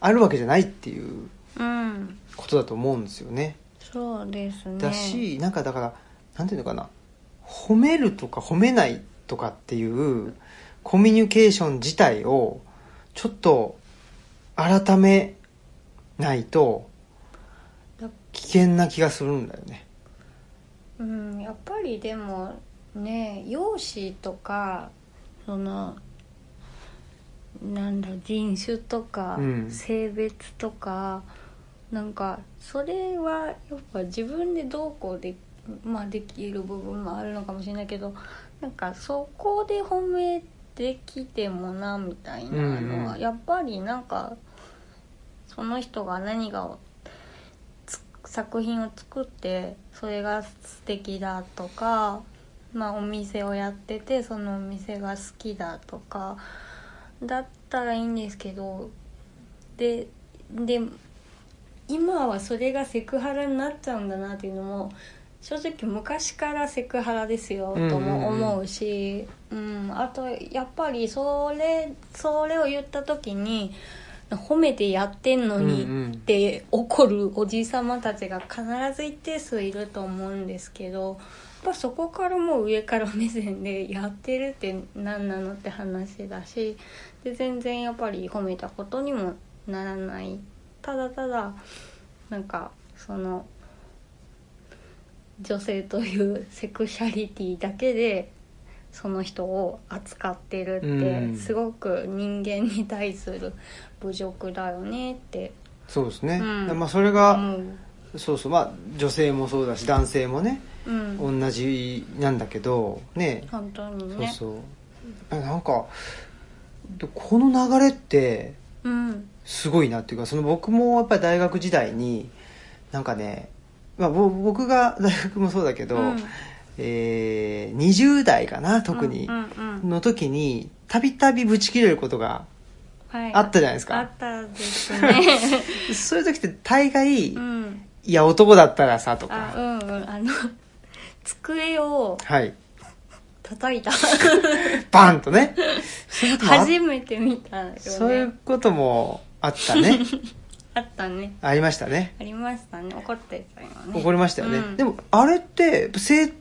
A: あるわけじゃないっていう
B: うん
A: ことだと思うんですよね。
B: そうですね
A: だし、なんかだからなんていうのかな褒めるとか褒めないとかっていうコミュニケーション自体をちょっと改めないと
B: だ
A: 危険な気がするんだよね。
B: うんやっぱりでもね容姿とかそのなんだ人種とか、
A: うん
B: 性別とかなんかそれはやっぱ自分でどうこうで,、まあ、できる部分もあるのかもしれないけどなんかそこで褒めてきてもなみたいなのは、
A: うんうん
B: やっぱりなんかその人が何がをつ作品を作ってそれが素敵だとかまあ、お店をやっててそのお店が好きだとかだったらいいんですけどでで今はそれがセクハラになっちゃうんだなっていうのも正直昔からセクハラですよとも思うし、うんあとやっぱりそれそれを言った時に褒めてやってんのに
A: うんうん
B: って怒るおじいさまたちが必ず一定数いると思うんですけどやっぱそこからもう上から目線でやってるって何なのって話だしで全然やっぱり褒めたことにもならないただただなんかその女性というセクシャリティだけでその人を扱ってるっ
A: うん
B: てすごく人間に対する侮辱だよねって
A: そうですね、
B: うん
A: まあ、それが、
B: 思う。
A: そうそうまあ女性もそうだし男性もね
B: うん、
A: 同じなんだけどね
B: 本当に
A: そう
B: ね
A: そうあなんかでこの流れって
B: うん
A: すごいなっていうかその僕もやっぱり大学時代になんかね、まあ、ぼ僕が大学もそうだけど、
B: うん
A: えー20代かな特に
B: うんうんうん
A: の時にたびたびブチ切れること が
B: はい、
A: あったじゃないです
B: あっ
A: か、
B: たです ね
A: そういう時って大概、
B: うん
A: いや男だったらさと
B: あ
A: か
B: うんうんあの机を
A: はい
B: 叩いた
A: バンとねそういうこともあっ
B: 初めて見たよね
A: そういうこともあったね
B: あったね
A: ありましたね
B: ありましたね怒ってたよね
A: 怒りましたよね、
B: うん
A: でもあれって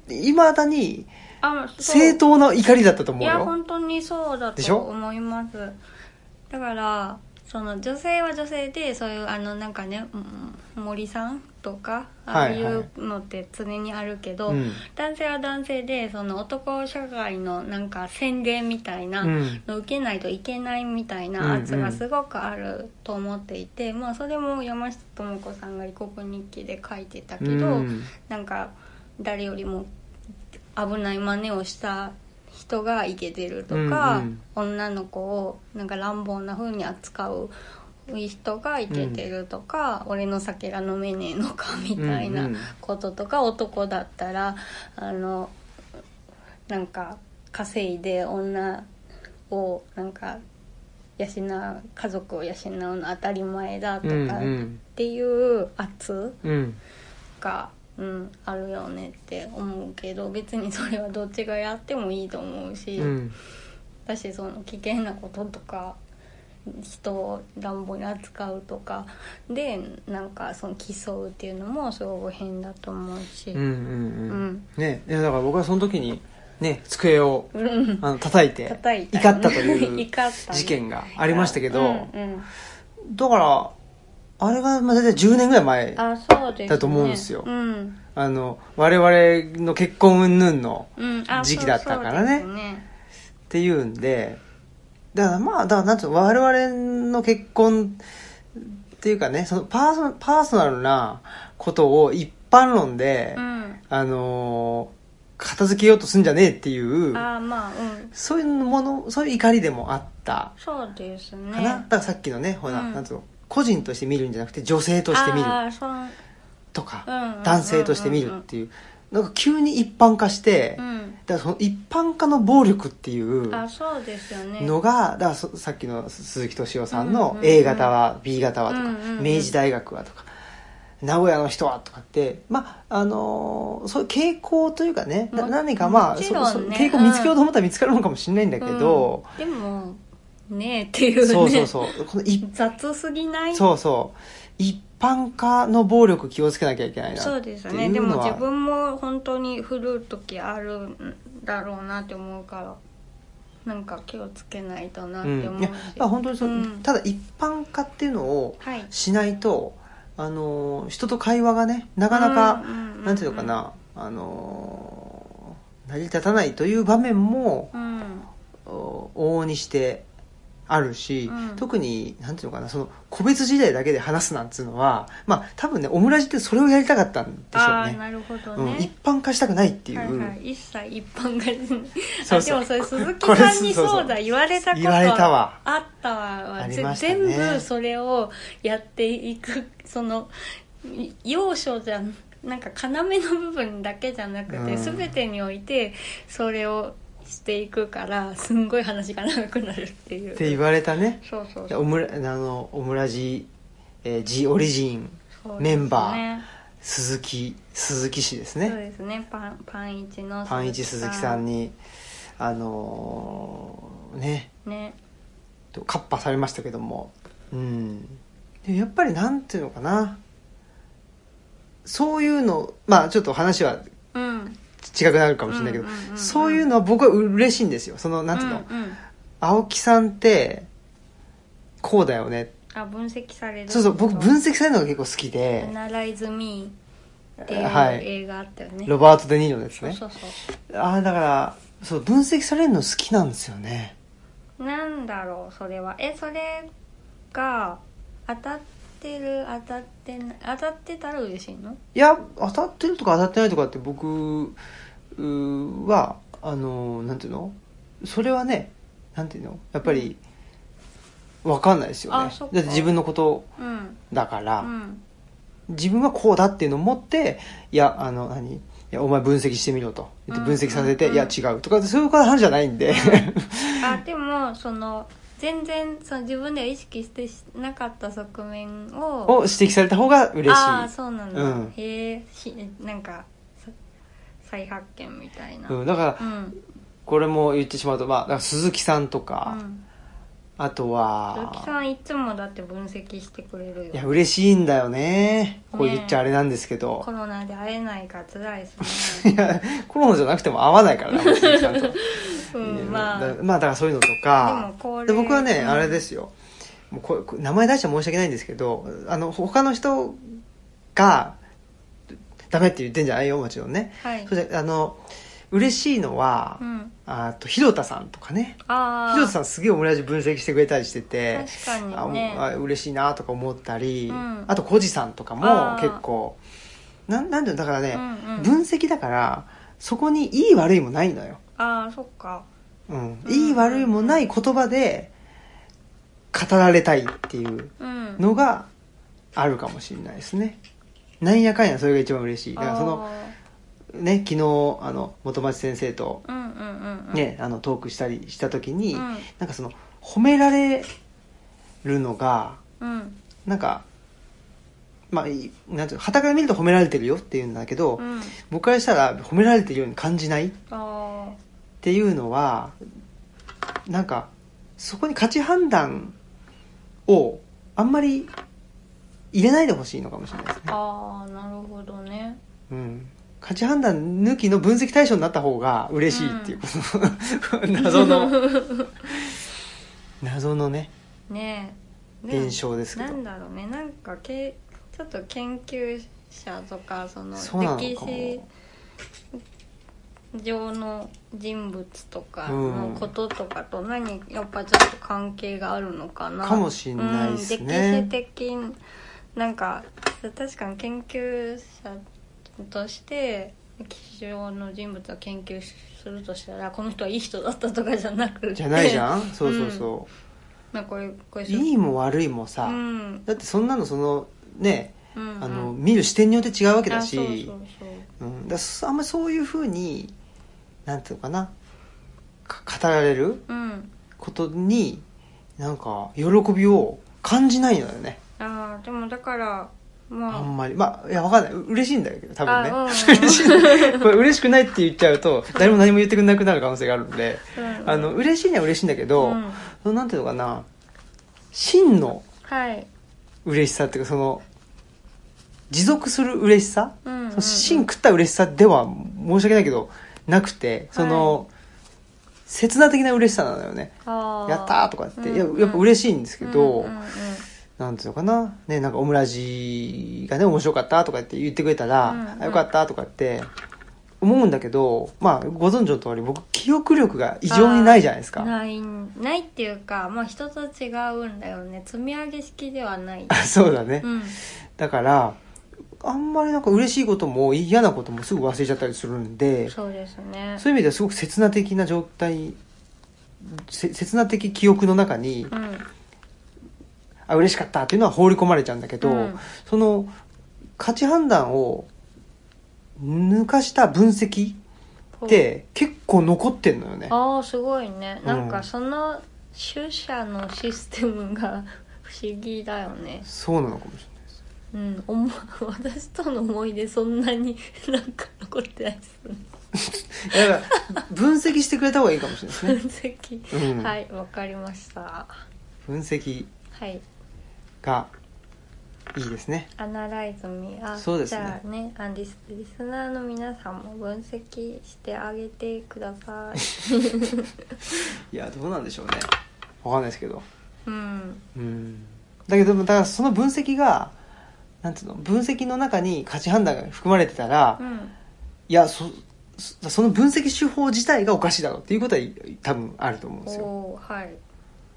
A: いまだに
B: あそう
A: 正当な怒りだったと思う
B: いや
A: よ
B: 本当にそうだ
A: でしょ
B: と思いますだからその女性は女性でそういうあのなんかねうん森さんとかああ
A: はい
B: い
A: はいう
B: のって常にあるけど、
A: うん
B: 男性は男性でその男社会のなんか宣伝みたいな、
A: うん
B: の受けないといけないみたいな圧がすごくあると思っていて、まあそれも山下智子さんが「異国日記」で書いてたけど、
A: うん
B: なんか誰よりも危ない真似をした人がイケてるとか、
A: うんうん
B: 女の子をなんか乱暴な風に扱う人がイケてるとか、俺の酒が飲めねえのかみたいな
A: うんうん
B: こととか、男だったらあのなんか稼いで女をなんか養う家族を養うの当たり前だと
A: う
B: か
A: んう
B: っ
A: ん
B: ていう圧、
A: うん
B: が、うん、あるよねって思うけど別にそれはどっちがやってもいいと思うし、
A: うん
B: だしその危険なこととか人を乱暴に扱うとかでなんかその競うっていうのもすごく変だと思うし、
A: うんうん
B: う
A: うん
B: ん
A: ねいやだから僕はその時にね机を
B: うん
A: あの叩いて
B: 叩い
A: 怒ったとい
B: 怒
A: う
B: ったね
A: 事件がありましたけど、
B: うん
A: だからあれがまあ大体10年ぐらい前
B: うん、あそうです、ね、
A: だと思うんですよ
B: うん
A: あの我々の結婚云々の
B: うん、あ
A: 時期だったからね
B: そうそうですね
A: っていうんでだからまあだからなんつうの我々の結婚っていうかねそのパーソパーソナルなことを一般論で、
B: うん
A: あのー片付けようとすんじゃねえっていう
B: あまあうん
A: そういうものそういう怒りでもあった
B: そうですね
A: かな、だからさっきのねほら、
B: うん
A: なんつうの個人として見るんじゃなくて女性として見る
B: あーそう
A: とか、
B: うんうんうんうん
A: 男性として見るっていうなんか急に一般化して、
B: う
A: だから
B: ん
A: その一般化の暴力っていう
B: あそうですよね
A: のが、だからそさっきの鈴木敏夫さん
B: うん
A: の
B: うんうん
A: A 型は B 型はとか、
B: うんうんうん
A: 明治大学はとか名古屋の人はとかってまああのーそういう傾向というかねな
B: も
A: 何かまあ、
B: もち
A: そ
B: ろんね
A: そ傾向見つけようと思ったら見つかるのかもしれないんだけど、
B: うんでもねえっていうね
A: そうそうそうこの一
B: 雑すぎない
A: そうそう一般化の暴力気をつけなきゃいけないな
B: そうですね
A: ってい
B: で
A: うの
B: も
A: は
B: 自分も本当に振る時あるんだろうなって思うからなんか気をつけないとなっ
A: うん
B: て思う
A: い
B: し
A: や、まあ本当にそう、
B: うん
A: ただ一般化っていうのを
B: はい
A: しないとあのー人と会話がねなかなか、なんていうのか、な、あのー成り立たないという場面も
B: うんうん
A: お往々にしてあるし、
B: うん
A: 特になんていうのかなその個別事例だけで話すなんていうのはまあ多分ねオムラジってそれをやりたかったんでしょ
B: あ
A: う
B: あ
A: ね
B: なるほど
A: うん、一
B: ね、
A: 般化したくないっていう、
B: はいはい、一切一般が
A: そう
B: あ
A: そう
B: でもそれ鈴木
A: これ
B: さんに
A: そうそう
B: そうだ言われたこと
A: 言われたわ
B: あったわ
A: ありましたね
B: 全部それをやっていくその要所じゃなんか要の部分だけじゃなくて、
A: うん
B: 全てにおいてそれをしていくからすんごい話が長くなるっていう
A: って言われたね
B: そうそうそう
A: オムラあのオムラジ、えー、ジオリジン
B: そうですね
A: メンバー鈴木鈴木氏です
B: そう
A: ね
B: ですねパンパンイチの
A: パンイチ鈴木さんにあのーね
B: ね
A: とカッパされましたけどもうんでやっぱりなんていうのかなそういうのまあちょっと話は
B: うん
A: 違くなるかもしれないけど、
B: うんうんうんうん
A: そういうのは僕は嬉しいんですよそのなんていうの、
B: うんうん
A: 青木さんってこうだよね
B: あ分析される
A: そうそう僕分析されるのが結構好き
B: 「
A: で
B: ア、ナライズ・ミー」っていう
A: はい
B: 映画あったよね、
A: ロバート・デ・ニーロのです
B: そう
A: ね
B: そうそう
A: ああだからそう分析されるの好きなんですよね
B: なんだろうそれはえそれが当たってる当たってない当たってたら嬉しいの
A: いや当たってるとか当たってないとかって僕うーはあのなんていうのそれはねなんていうのやっぱり分かんないですよ
B: あ
A: ねだ
B: そっ
A: っ
B: か
A: て自分のこと
B: うん
A: だから、
B: うん
A: 自分はこうだっていうのを持っていやあの何いやお前分析してみろと言って分析させて、
B: うん
A: いや違うとかそういう話じゃないんで
B: あでもその全然その自分では意識してしなかった側面を
A: を指摘された方が嬉しい
B: ああそうなんだ、
A: うん
B: へえしなんかさ再発見みたいな
A: うん、だから
B: うん
A: これも言ってしまうと、まあ、だから鈴木さんとか、
B: うん
A: あと
B: 鈴
A: は
B: 木さんいつもだって分析してくれるよ
A: いや嬉しいんだよねこう言っちゃあれなんですけど
B: コ、ロナで会えないから辛いです
A: いやコロナじゃなくても合わないからな鈴木さんと、
B: ね、 うん、まあ
A: だ
B: で
A: まあだからそういうのとか
B: もこれ
A: で僕はね、
B: うん
A: あれですよもうこれこれ名前出して申し訳ないんですけどあの他の人がダメって言ってんじゃないよもちろんね、
B: はい
A: それであの嬉しいのは、
B: うん
A: あと広田さんとかね
B: ああ
A: 広田さんすげえオムライス分析してくれたりしてて
B: 確
A: あ
B: かにね
A: あ嬉しいなとか思ったり、
B: うん
A: あとコジさんとかも
B: あー
A: 結構なんなんだろうだからね、
B: うんうん
A: 分析だからそこにいい悪いもないのよ、
B: ああそっか
A: うん、
B: うん
A: いい悪いもない言葉で語られたいっていう
B: うん
A: のがあるかもしれないですねなんやかんやそれが一番嬉しいだからその
B: あー
A: ね昨日あの元町先生と
B: うんうんうんうん
A: ね、あのトークしたりした時に、
B: うん
A: なんかその褒められるのが
B: うん
A: なんかまあいいなんていうの傍から見ると褒められてるよっていうんだけど、
B: うん
A: 僕からしたら褒められてるように感じないっ
B: あ
A: ていうのはなんかそこに価値判断をあんまり入れないでほしいのかもしれないです
B: ー
A: ね、
B: あーなるほどね
A: うん、価値判断抜きの分析対象になった方が嬉しいっていうこと、 謎の謎のね
B: ねえでも
A: 現象ですけど
B: なんだろうねなんかけちょっと研究者とかその
A: そうなのかも
B: 歴史上の人物とかのこととかと何、やっぱちょっと関係があるのかな
A: かもしんないっす
B: うん
A: ね、
B: 歴史的なんか確かに研究者として歴史上の人物を研究するとしたらこの人はいい人だったとかじゃなくて
A: じゃないじ
B: ん、
A: ゃんそうそうそ
B: まあ、これこれ
A: う、いいも悪いもさ、
B: うん
A: だってそんなのそのね
B: うんうん
A: あの、見る視点によって違うわけだし
B: あそうそうそう
A: うんだからあんまりそういうふうになんていうのかなか語られる
B: うん
A: ことになんか喜びを感じないのよね
B: ああでもだからまあ
A: あんまりまあいやわかんない嬉しいんだけど多分ね、
B: あうん
A: 嬉しい これ嬉しくないって言っちゃうと誰も何も言ってくれなくなる可能性があるんで
B: うん
A: あの嬉しいには嬉しいんだけど、
B: うん
A: そのなんていうのかな真の
B: はい、
A: 嬉しさっていうかその持続する嬉しさ、
B: うんうんうん
A: その芯食った嬉しさでは申し訳ないけどなくてその、刹那的な嬉しさなのよね
B: あ
A: やったーとかって、いややっぱ
B: しい
A: 嬉しいんですけど、
B: うんうんうん
A: なんていうのかなねなんかオムラジがね面白かったとかって言ってくれたら、
B: うんうん
A: あよかったとかって思うんだけどまあご存知の通り僕記憶力が異常にないじゃないですか
B: ないないっていうかまあ人と違うんだよね積み上げ式ではない、
A: そうだね、
B: うん、
A: だからあんまりなんか嬉しいことも嫌なこともすぐ忘れちゃったりするんでそ
B: そうですね
A: ういう意味ではすごく刹那的な状態せ刹那的記憶の中に、
B: うん
A: あ嬉しかったっていうのは放り込まれちゃうんだけど、
B: うん
A: その価値判断を抜かした分析っ
B: ほう
A: て結構残ってんのよね。
B: ああすごいね
A: うん
B: なんかその取捨のシステムが 不思議だよね
A: そうなのかもしれないです。
B: うんおも私との思い出そんなに なんか残ってないですね
A: だから、分析してくれた方がいいかもしれない
B: 分
A: で
B: 析、
A: すね。うん。
B: はいわかりました
A: 分析
B: はい
A: がいいですね。
B: アナライズミーあ
A: そうですね
B: じゃあねアンディスリスナーの皆さんも分析してあげてください
A: いや、どうなんでしょうね。わかんないですけど。
B: うん
A: うん。だけど、だからその分析が、なんていうの、分析の中に価値判断が含まれてたら、
B: うん
A: いやそそその分析手法自体がおかしいだろうっていうことはい多分あると思うんですよ
B: おーはい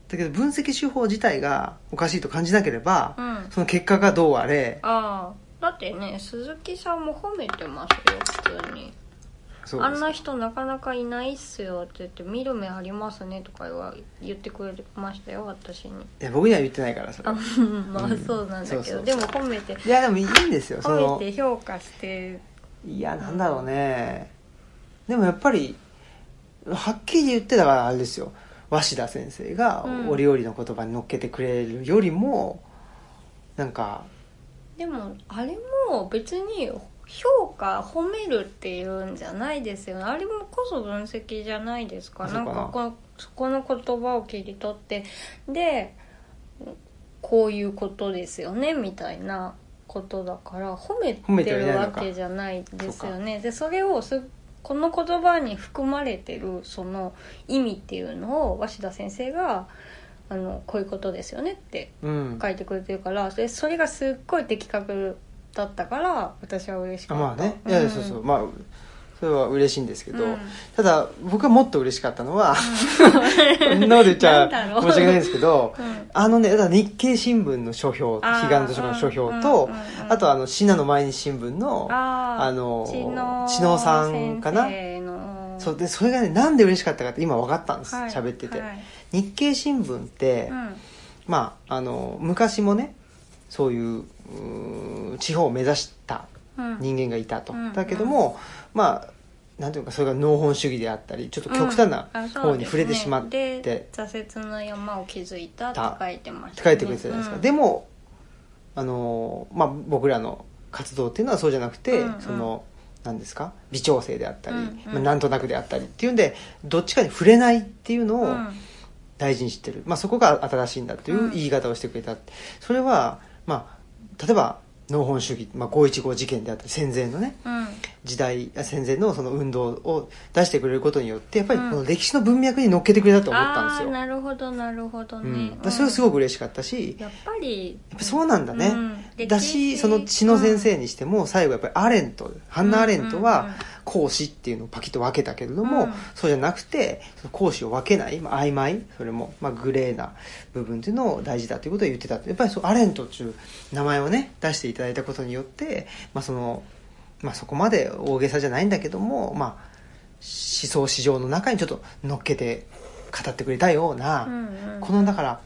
A: だけど分析手法自体がおかしいと感じなければ、
B: うんあ
A: その結果がどうあれ
B: あーだってね鈴木さんも褒めてますよ普通に
A: そう
B: あ
A: で
B: ん
A: す
B: な人なかなかいないっすよって言って「見る目ありますね」とか言わ言ってくれてましたよ私に
A: いや僕には言ってないからそれ
B: あ
A: は
B: まあ
A: うん
B: そうなんだけど、
A: そうそう
B: でも褒めて
A: いやでもいいんですよそ
B: 褒
A: の
B: めて評価して
A: いやなんだろうねでもやっぱりはっきり言ってだからあれですよ鷲田先生が
B: うん
A: お料理の言葉に乗っけてくれるよりも、なんか
B: でもあれも別に評価褒めるっていうんじゃないですよねあれもこそ分析じゃないですか
A: あそう
B: な
A: か
B: ん
A: な
B: かこのそこの言葉を切り取ってでこういうことですよねみたいなことだから褒め
A: 褒め
B: て
A: てはい
B: る
A: ないの
B: わ
A: か
B: けじゃないですよねでそれをすこの言葉に含まれてるその意味っていうのを鷲田先生があのこういうことですよねって
A: うん
B: 書いてくれてるからでそれがすっごい的確だったから私は嬉し
A: あ
B: かっ
A: ま
B: た
A: あねいやそうそう、まあそれは嬉しいんですけど、
B: うん
A: ただ僕はもっと嬉しかったのは、こん なこと言っちゃ
B: なんだろう
A: 申し訳ないんですけど
B: うんうん
A: あのねだから日経新聞の書評
B: あー
A: 彼岸図書館の書評と、
B: うんうんうんうん
A: あとあの信濃毎日新聞の
B: あー
A: あの
B: 知能
A: 知能さんかな
B: 先生の
A: そうでそれがねなんで嬉しかったかって今分かったんです
B: はい
A: 喋、ってて、
B: はい
A: 日経新聞って、
B: うん
A: まああの昔もねそういううー地方を目指した
B: うん
A: 人間がいたと、
B: うん
A: だけども、まあなんていうかそれが農本主義であったりちょっと極端な
B: うんあそう
A: 方に触れてしまって、
B: ですね
A: って
B: で挫折の山を築いたって書いてましたね、
A: 書いてくれてたじゃないですか、
B: うん
A: でもあの、まあ、僕らの活動っていうのはそうじゃなくて、
B: うんうん
A: その何ですか微調整であったり、
B: うんうん
A: まあ、なんとなくであったりっていうんでどっちかに触れないっていうの
B: う
A: を
B: ん
A: 大事にしてる、まあ、そこが新しいんだという言い方をしてくれた、それは、まあ、例えば農本主義、まあ、515事件であったり戦前のね、
B: うん
A: 時代戦前のその運動を出してくれることによってやっぱり
B: うん
A: この歴史の文脈に乗っけてくれたと思ったんで
B: あ
A: す
B: あ
A: よ、
B: なるほどなるほど
A: う
B: ね、
A: ん、それはすごく嬉しかったし、や
B: やっぱり
A: っぱそうなんだね、
B: うん
A: だ
B: 歴
A: し
B: 史
A: その知の先生にしても最後やっぱりアレントハンナ・アレント
B: うんうんうん
A: は講師っていうのをパキッと分けたけれども、
B: うん
A: そうじゃなくてその講師を分けない、まあ、曖昧それも、まあ、グレーな部分っていうのを大事だということを言ってたやっぱりそうアレントっていう名前をね出していただいたことによって、まあそのまあ、そこまで大げさじゃないんだけども、まあ、思想史上の中にちょっと乗っけて語ってくれたような、
B: うんうん
A: このだから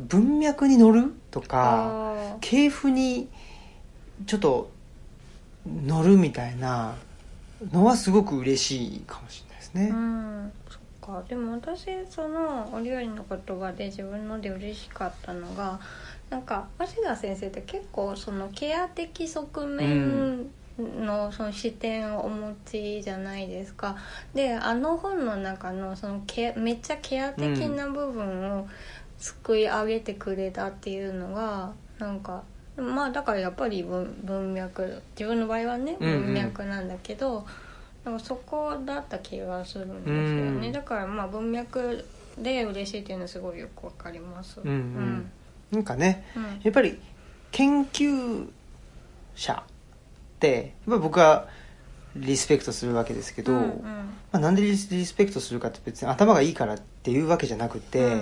A: 文脈に乗るとか。
B: あー
A: 系譜にちょっと乗るみたいなのはすごく嬉しいかもしれないですね
B: う、んそっかでも私そのお料理の言葉で自分ので嬉しかったのがなんか鷲田先生って結構そのケア的側面のその視点をお持ちじゃないですか、であの本の中のそのケアめっちゃケア的な部分をすくい上げてくれたっていうのがなんかまあだからやっぱり文文脈自分の場合はね
A: うんうん
B: 文脈なんだけど、でもそこだった気がするんですよね、
A: うん
B: だからまあ文脈で嬉しいっていうのはすごいよくわかります
A: うんうんなんかね
B: うんうん
A: やっぱり研究者ってやっぱり僕はリスペクトするわけですけど、
B: うん
A: まあ、なんでリスリスペクトするかって別に頭がいいからっていうわけじゃなくて、
B: うん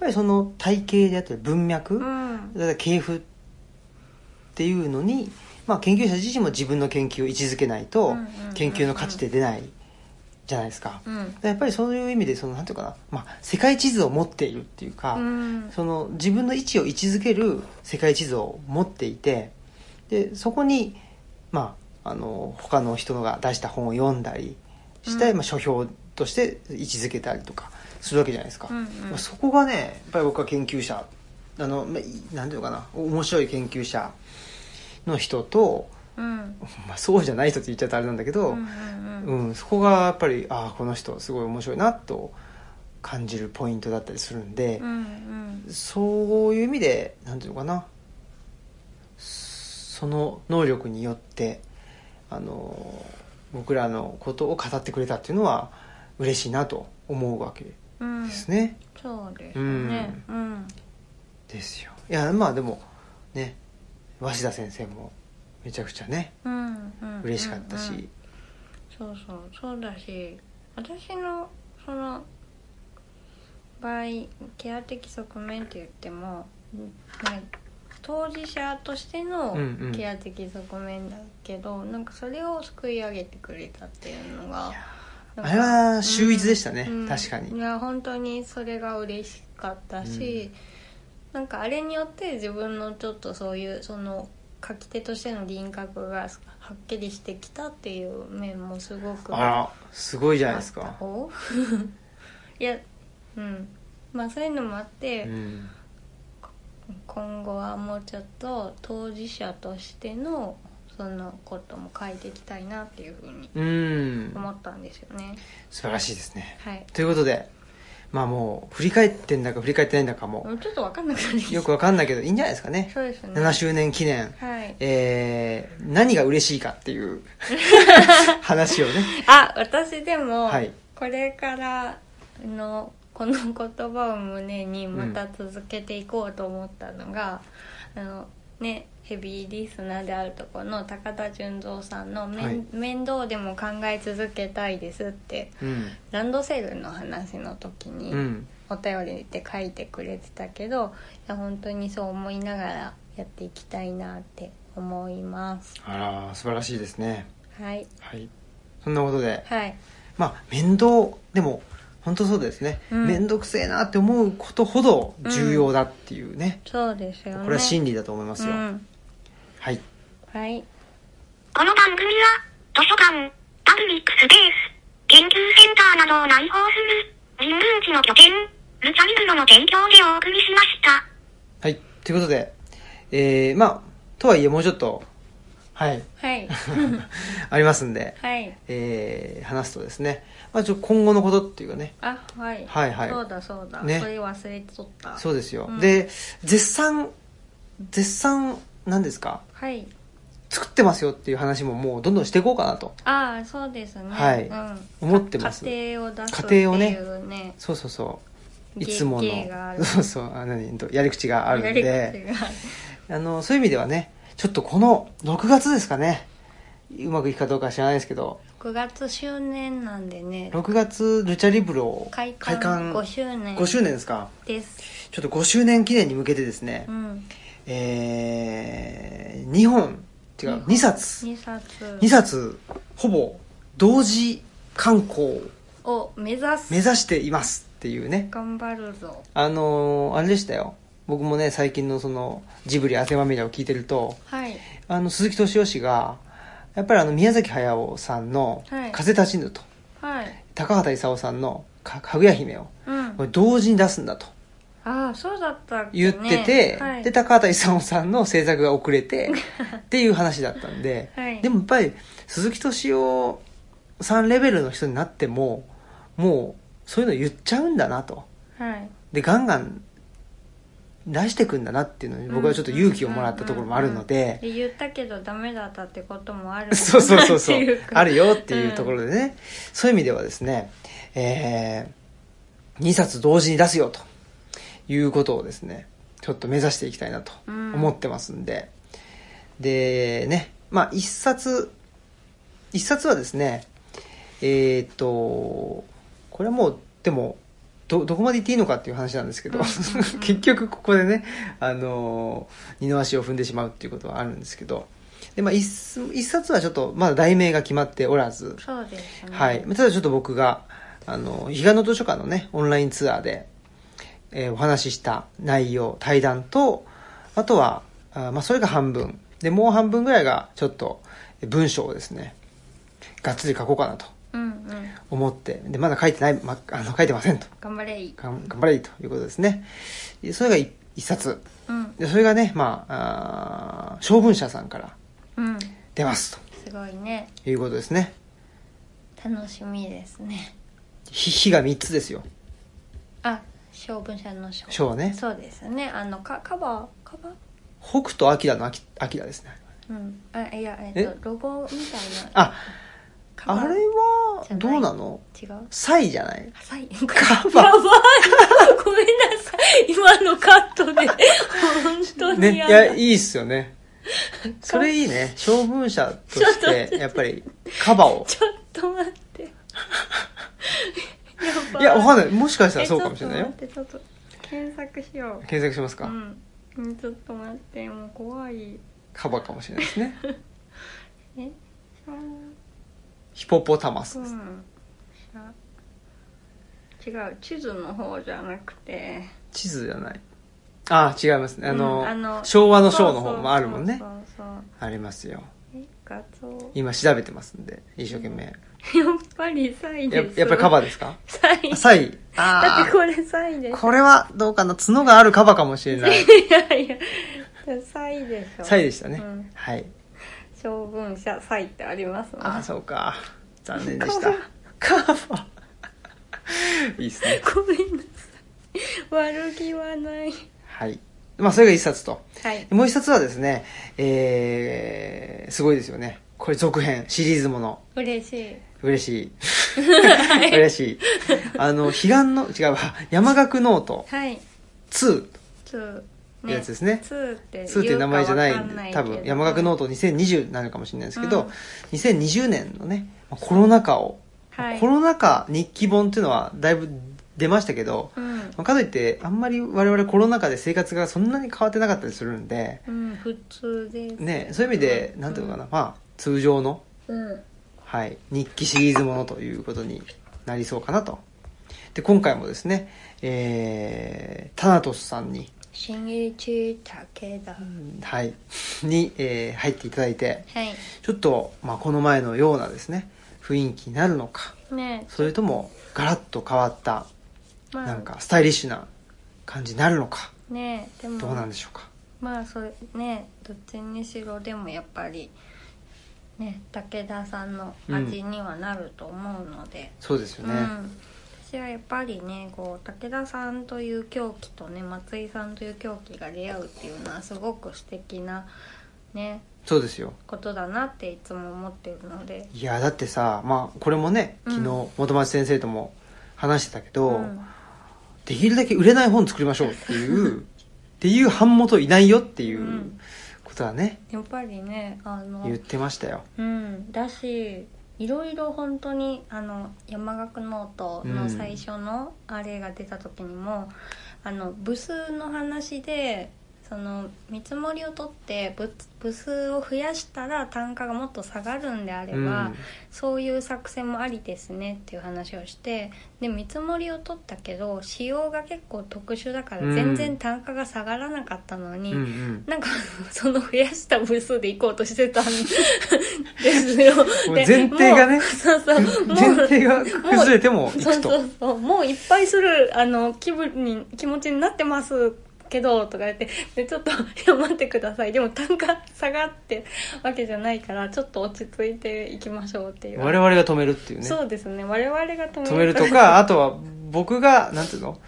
A: やっぱりその体系であったり文脈、
B: うん
A: だから系譜っていうのに、まあ、研究者自身も自分の研究を位置づけない
B: うん
A: と
B: うんうんうん
A: 研究の価値って出ないじゃないですか。
B: うん
A: やっぱりそういう意味でそのなんていうかな、まあ、世界地図を持っているっていうか、
B: うん
A: その自分の位置を位置づける世界地図を持っていてでそこに、まあ、あの他の人が出した本を読んだりして、
B: うん
A: まあ、書評として位置づけたりとかするわけじゃないですか、
B: うんうん
A: まあそこがねやっぱり僕は研究者あのまあいなんていうのかな面白い研究者の人と、
B: うん
A: まあ、そうじゃない人って言っちゃったあれなんだけど、
B: うんうんうん
A: うん、そこがやっぱりああこの人すごい面白いなと感じるポイントだったりするんで、
B: うん
A: そういう意味でなんていうのかなその能力によってあの僕らのことを語ってくれたっていうのは嬉しいなと思うわけで
B: うんうん
A: すね。
B: そうですねうん
A: ですよ。いやまあでもね鷲田先生もめちゃくちゃね
B: うんうん
A: 嬉しかったし、
B: うんうんそうそうそうだし私のその場合ケア的側面って言っても、まあ当事者としての
A: うんうん
B: ケア的側面だけど、なんかそれをすくい上げてくれたっていうのがなんか
A: あれは秀逸でしたね、
B: うん
A: 確かに
B: い。や本当にそれが嬉しかったし、なんかあれによって自分のちょっとそういうその書き手としての輪郭がはっきりしてきたっていう面もすごく
A: あらすごいじゃないです
B: あっ
A: か
B: た。方 いやうんまあそういうのもあって、
A: うん
B: 今後はもうちょっと当事者としてのそのことも書いていきたいなっていうふうに
A: うん
B: 思ったんですよね、
A: 素晴らしいですね
B: はい
A: ということでまあもう振り返ってんだか振り返ってないんだかも
B: もうちょっと分かんなくなりました
A: よくわかんないけどいいんじゃないですかね
B: そうですね
A: 7周年記念
B: はい
A: えー、何が嬉しいかっていう 話をね
B: あ私でも、
A: はい
B: これからのこの言葉を胸にまた続けていこうと思ったのが、あのねヘビーリスナーであるとこの高田純三さんの面、
A: はい
B: 面倒でも考え続けたいです」って
A: うん
B: ランドセルの話の時に
A: うん
B: お便りで書いてくれてたけど、いや本当にそう思いながらやっていきたいなって思います。
A: あら素晴らしいですね
B: はい、
A: はいそんなことで
B: はい
A: まあ面倒でも本当そうですね、
B: うん
A: 面倒くせえなって思うことほど重要だっていうね、
B: そうですよね。
A: これは真理だと思いますよ、
B: うん
A: はい
B: はい。
C: この番組は、図書館、パブリックスペース、研究センターなどを内包する、人文地の拠点、ルチャリブロの提供でお送りしまし
A: は
C: た。
A: い。ということで、えー、まあ、とはいえもうちょっと、 はい、
B: はい。
A: ありますんで、
B: はい。
A: えー、話すとですね、まあ、ちょっと今後のことっていうかね、
B: あ、はい。
A: はいはい
B: そうだそうだ。
A: ね
B: それ忘れとった。
A: そうですよ。
B: うん
A: で、絶賛、絶賛、なんですか
B: はい。
A: 作ってますよっていう話ももうどんどんしていこうかなと。
B: ああ、そうですね。
A: はい
B: うん。
A: 思ってます
B: 家庭を出すっていうね。
A: そうそうそう。いつも
B: 芸があ
A: の、
B: る
A: そうそう、あ何とやり口があるん
B: やり
A: で、
B: 口が
A: あの、そういう意味ではね、ちょっとこの6月ですかね、うまくいくかどうかは知らないですけど、
B: 6月周年なんでね。
A: 6月ルチャリブロを
B: 開館5周年。
A: 5周年ですか
B: です。
A: ちょっと5周年記念に向けてですね、
B: うん。
A: えー、2本違う2冊
B: 2冊。
A: 2冊ほぼ同時刊行を
B: を目指す。
A: 目指していますっていうね
B: 頑張るぞ。
A: あのーあれでしたよ僕もね最近のそのジブリ汗まみれを聞いてると
B: はい。
A: あの鈴木敏夫氏がやっぱりあの宮崎駿さんの
B: は
A: 「
B: い
A: 風立ちぬ」と
B: はい。
A: 高畑勲さんのか「かぐや姫」を
B: うん
A: こ。れ同時に出すんだと
B: ああ、そうだったっけ
A: 言
B: ね
A: ってて、
B: はい
A: で高畑勲さんの制作が遅れ てっていう話だったんで、
B: はい
A: でもやっぱり鈴木敏夫さんレベルの人になってももうそういうの言っちゃうんだなと
B: はい。
A: でガンガン出してくんだなっていうのに僕はちょっと勇気をもらったところもあるので、
B: で言ったけどダメだったってこともある
A: そうそうそうそ
B: って
A: う
B: いか
A: あるよっていうところでね、そういう意味ではですね、え2冊同時に出すよということをですねちょっと目指していきたいなと
B: うん
A: 思ってますんで、でねまあ1冊1冊はですねえーっとこれはもうでもどどこまで言っていいのかっていう話なんですけど、
B: うんうんう ん
A: 結局ここでね、あのー二の足を踏んでしまうっていうことはあるんですけどで、まあ、一冊一冊はちょっとまだ題名が決まっておらず、
B: そうですね
A: はい、ただちょっと僕があの彼岸の図書館のねオンラインツアーで、えーお話しした内容対談とあとはあー、まあ、それが半分でもう半分ぐらいがちょっと、文章をですね、がっつり書こうかなと
B: うんうん
A: 思って、で、まだ書いてない、ま、あの書い てませんと。
B: 頑張れい
A: 頑頑張れということですね。でそれがい一冊。
B: うん
A: で、それがね、まあ、あー小文社さんから
B: うんす
A: 出ます
B: ごいね
A: ということですね。
B: 楽しみですね
A: ひ、火が3つですよ。
B: あ小文社の小
A: 章はね。
B: そうですねあのかカバーカバー
A: 北斗晶の秋晶ですね。
B: うんあいやえっと
A: え
B: ロゴみたいな
A: あ、
B: カバ
A: あれ
B: ー
A: は
B: じゃ、ない
A: どうなの
B: 違う
A: サイじゃない
B: 浅い
A: カバー
B: やばい ごめんなさい今のカッ トで本当に
A: ね、い
B: や
A: や、
B: だ、
A: いいっすよ ね。それいいね。小文社と
B: ちょっ
A: し
B: と待って
A: て、やっぱり、カバーを。
B: ちょっと 待ってやば
A: いや、わかん
B: ない
A: ない。もしかしたらそうかもしれないよ。
B: ちょっと待ってちょっと検索しよ
A: 検索します
B: う
A: か、
B: うんちょっと待ってもう怖い
A: カバーかもしれないですね。
B: えそう
A: ヒポポタマス
B: う
A: です。
B: ん違う地図の方じゃなくて
A: 地図じゃない。ああ、違いますね。あの、
B: うんあの
A: 昭和
B: あ
A: の章の方もあるもんね
B: そう。そう
A: ありますよ。
B: そうえ画像
A: 今調べてますんで、一生懸命。
B: やっぱりサイ
A: や
B: です
A: やっぱりカバ
B: ー
A: ーですか
B: サイ
A: あサイ。
B: だっ
A: あ
B: て
A: あ。
B: これサイです
A: これはどうかな角があるカバーかもしれ ない。
B: いやいやサイでしょ
A: サイでしたね。
B: うん
A: はい。
B: 将軍社サイってありますもん
A: ああ、そうか。残念でした。カバー。いいですね。
B: ごめんなさい悪気はない
A: はい。まあ、それが一冊と。
B: はい
A: もう一冊はですね、えー、すごいですよね。これ続編、シリーズもの。
B: 嬉しい
A: 嬉しい。嬉しい。あの、彼岸の、違うわ、山岳ノート
B: はい
A: 2
B: ツー
A: やつですね
B: ツーって
A: 2っていう名前じゃない
B: 言うんかわかん
A: で、
B: け
A: 多
B: ど
A: 分山岳ノート2020なのかもしれないですけど、
B: うん
A: 2020年のね、まあコロナ禍を、
B: はい
A: コロナ禍日記本っていうのはだいぶ出ましたけど、
B: うん
A: まあかといって、あんまり我々コロナ禍で生活がそんなに変わってなかったりするんで、
B: うん、普通です
A: ね、そういう意味で、なんていうのかな、まあ、通常の、
B: うん
A: はい、日記シリーズものということになりそうかなと。で、今回もですね、えー、タナトスさんに、
B: 新一武田
A: はい、 に、えー入っていただいて、
B: はい
A: ちょっと、まあ、この前のようなですね、雰囲気になるのか、
B: ね
A: それとも、ガラッと変わった、
B: まあ
A: なんか、スタイリッシュな感じになるのか、
B: ねでも
A: どうなんでしょうか。
B: まあそれねどっちにしろでもやっぱりね武田さんの味にはなると思うので、
A: そうですよ
B: う
A: ね。
B: ん私はやっぱりねこう武田さんという狂気とね松井さんという狂気が出会うっていうのはすごく素敵なね
A: そうですよ。
B: ことだなっていつも思ってるので
A: いや、だってさ、まあ、これもね、昨日、
B: うん
A: 元町先生とも話してたけど、
B: うん
A: できるだけ売れない本作りましょうっていう、っていう版元いないよっていううんことはね、
B: やっぱりねあの
A: 言ってましたよ。
B: うん、だしいろいろ本当にあの山岳ノートの最初のあれが出た時にも、あの部数の話でその見積もりを取って部部数を増やしたら単価がもっと下がるんであれば、
A: うん
B: そういう作戦もありですねっていう話をしてで見積もりを取ったけど仕様が結構特殊だから全然単価が下がらなかったのに、
A: うんうん。
B: なんか、 その増やした部数で行こうとしてたん ですよ。
A: もう
B: で
A: 前提がね
B: もうそうそう。も
A: 前
B: う、
A: 提が崩れてもい
B: そ
A: く
B: うそ
A: と。
B: うそう。もういっぱいする、あの、気分に、気持ちになってますけど、とか言って、で、ちょっと、い や、待ってください。でも単価下がってわけじゃないから、ちょっと落ち着いていきましょうっていう。
A: 我々が止めるっていうね。
B: そうですね。我々が止
A: 止めるとか、あとは僕が、なんていうの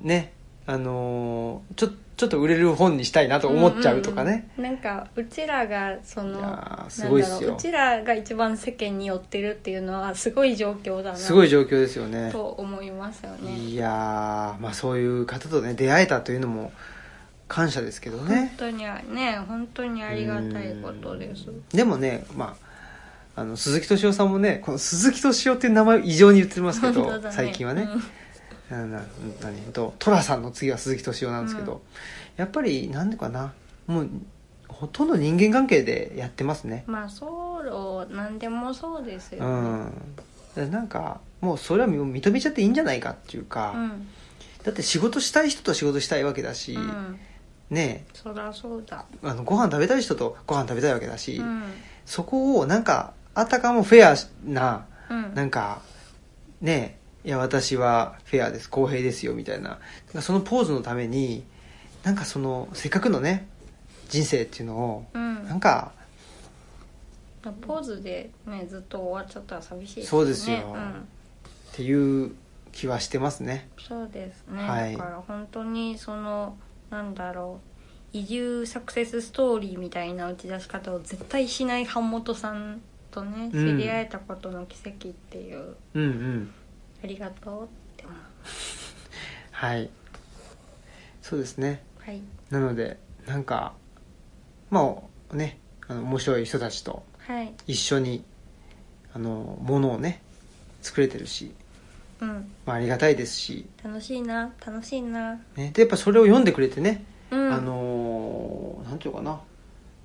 A: ね、あのーちょ、ちょっと売れる本にしたいなと思っちゃうとかね。
B: んうんうんなんかうちらがその
A: いやーす
B: なん
A: ごいっ
B: だろ
A: す
B: う
A: よ
B: うちらが一番世間に寄ってるっていうのはすごい状況だな
A: すごい状況ですよね。
B: と思いますよね
A: いやー、まあそういう方とね、出会えたというのも感謝ですけどね
B: 本。当にあね本当にありがたいことです
A: でもね、まあ、あの鈴木敏夫さんもねこの鈴木敏夫っていう名前を異常に言ってますけ
B: 本
A: ど、
B: 当だね
A: 最近はね、あのな何えっと寅さんの次は鈴木敏夫なんですけど、
B: うん
A: やっぱりなんでかなもうほとんど人間関係でやってますね
B: まあそう何でもそうです
A: う
B: よ
A: ん
B: ね
A: だからなんかもうそれはもう認めちゃっていいんじゃないかっていうか、
B: うん
A: だって仕事したい人と仕事したいわけだし、
B: うん
A: ね
B: そりゃそうだ
A: あのご飯食べたい人とご飯食べたいわけだし、
B: うん
A: そこをなんかあたかもフェアな
B: うん
A: なんかねいや私はフェアです公平ですよみたいななんかそのポーズのためになんかそのせっかくのね人生っていうのを
B: うん
A: なんか
B: ポーズでねずっと終わっちゃったら寂しい
A: そうですよ
B: うん、
A: っていう気はしてますね
B: そうですね、
A: はい
B: だから本当にそのなんだろう移住サクセスストーリーみたいな打ち出し方を絶対しない版元さんとね知
A: うん
B: り合えたことの奇跡っていう、
A: うんうん
B: ありがとうって思う
A: はいそうですね
B: はい
A: なのでなんかまあねあの面白い人たちと
B: はい
A: 一緒にあのものをね作れてるし、
B: うん
A: まあ、ありがたいですし、
B: 楽しいな楽しいな
A: ね、でやっぱそれを読んでくれてね、
B: うん
A: あのーなんていうかな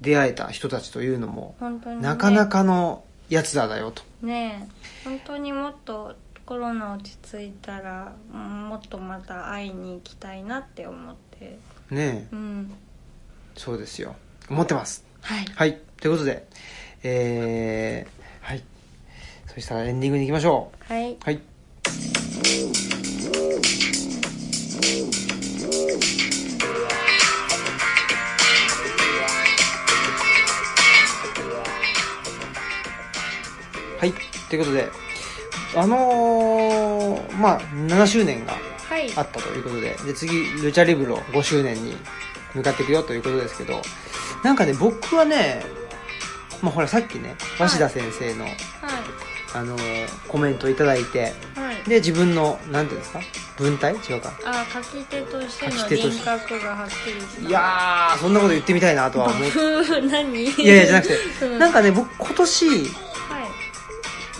A: 出会えた人たちというのも、
B: 本当に、ね、
A: なかなかのやつらだよと
B: ねえ本当にもっとコロナ落ち着いたらうんもっとまた会いに行きたいなって思って
A: ねえ
B: うん
A: そうですよ思ってます
B: はい
A: はいということでえー、はいそしたらエンディングに行きましょ
B: はいう
A: はいはいということであのーまあ7周年が
B: はい
A: あったということで、で、次、ルチャリブロ5周年に向かっていくよということですけど、なんかね、僕はね、まあほらさっきね、
B: はい
A: 鷲田先生の、
B: はい
A: あのーコメントをいただいて、
B: はい
A: で、自分の、なんていうんですか文体違うか。
B: あ書き手として
A: 書
B: の
A: き手と
B: 輪
A: して
B: 郭がはっきりした
A: いやー、そんなこと言ってみたいなとは
B: バ
A: 思う。
B: フ 何
A: いやいや、じゃなくて、
B: うん
A: なんかね、僕今年、
B: はい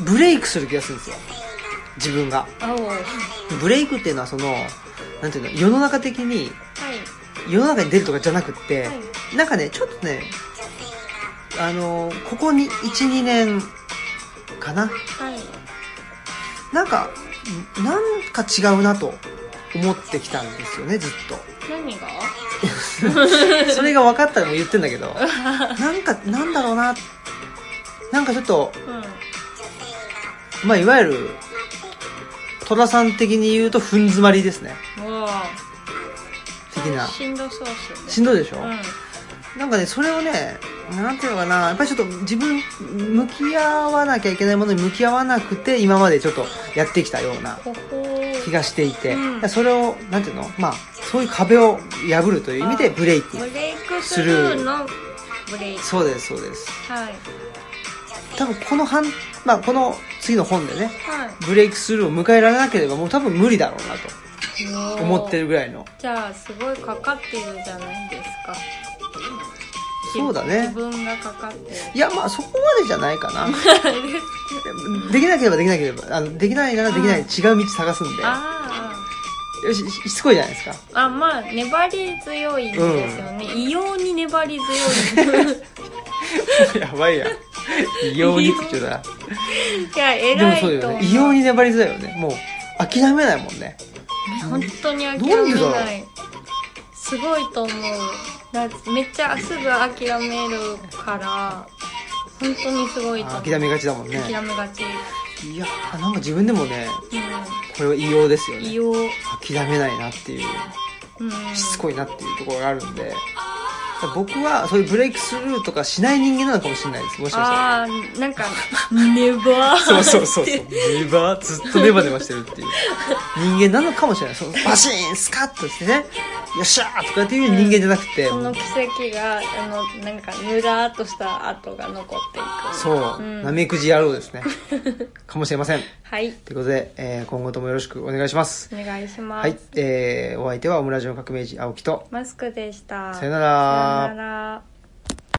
A: ブレイクする気がするんですよ。自分が。
B: 青はい
A: ブレイクっていうのはその、なんていうの、世の中的に、世の中に出るとかじゃなくって、
B: は
A: なんかねちょっとねあのここに12年かな
B: はい
A: なんかんなんか違うなと思ってきたんですよねずっ
B: 何が
A: と それが分かったらもう言ってんだけどなんかなんだろうななんかちょっと
B: うん
A: まあいわゆる寅さん的に言うとふん詰まりですね
B: おぉ
A: 的な
B: しんどそうっすね
A: しんどいでしょ、
B: うん
A: なんかね、それをね、なんていうのかな、やっぱりちょっと自分、向き合わなきゃいけないものに向き合わなくて、今までちょっとやってきたような
B: ここ
A: 気がしていて、
B: うん
A: それを、なんていうのまあ、そういう壁を破るという意味で
B: あー
A: ブレイキン
B: ブ。レイクスルーのブレイク
A: そうです、そうです。
B: はい
A: 多分この半、まあこの次の本でね、
B: は
A: ブレイクスルーを迎えられなければもう多分無理だろうなと
B: い
A: 思って
B: る
A: るぐらいの。
B: じゃあすごいかかってるじゃないですか
A: そうだ
B: 自
A: ね。
B: 分がかかってる
A: いや、ま あそこまでじゃない かな。できなければできなければ、あのできないならできない、
B: う
A: 違う道探すんで。
B: あ
A: よし、ししつこいじゃないですか。
B: ああまあ粘り強いんですよね、異様に粘り強い
A: やばいやん。異様にって言ってたら。
B: いや
A: でも
B: 偉い
A: そうだ
B: と
A: よ
B: 思う
A: ね。異様に粘り強いよね。もう、諦めないもんね。
B: 本当に
A: な
B: 諦
A: んでだ
B: め
A: ろう
B: ないすごいと思うだってめっちゃすぐ諦めるから本当にすごいと思う
A: 諦めがちだもんね。
B: 諦めがち、
A: いやー、なんか自分でもね、
B: う
A: これは異様ですよ
B: ん、異
A: ね。
B: 様、
A: 諦めないなっていう、
B: うん、
A: しつこいなっていうところがあるんで。僕は、そういうブレイクスルーとかしない人間なのかもしれないです。もしかしたら。
B: ああなんか「ネバー」
A: そうそうそうそう。ネバー、ずっとネバネバしてるっていう。人間なのかもしれない。そのバシーン、スカッとしてね、よっしゃーとかっていう人間じゃなくて、
B: その奇跡があのなんかぬらーっとした跡が残っていく
A: そう、
B: ん
A: なめくじ野郎ですね。かもしれません。
B: はい
A: ということで、えー今後ともよろしくお願いします。
B: お願いします、
A: はい、えー、お相手はオムラジオ革命児青木と、
B: マスクでした
A: さよな
B: さ
A: ら
B: よなら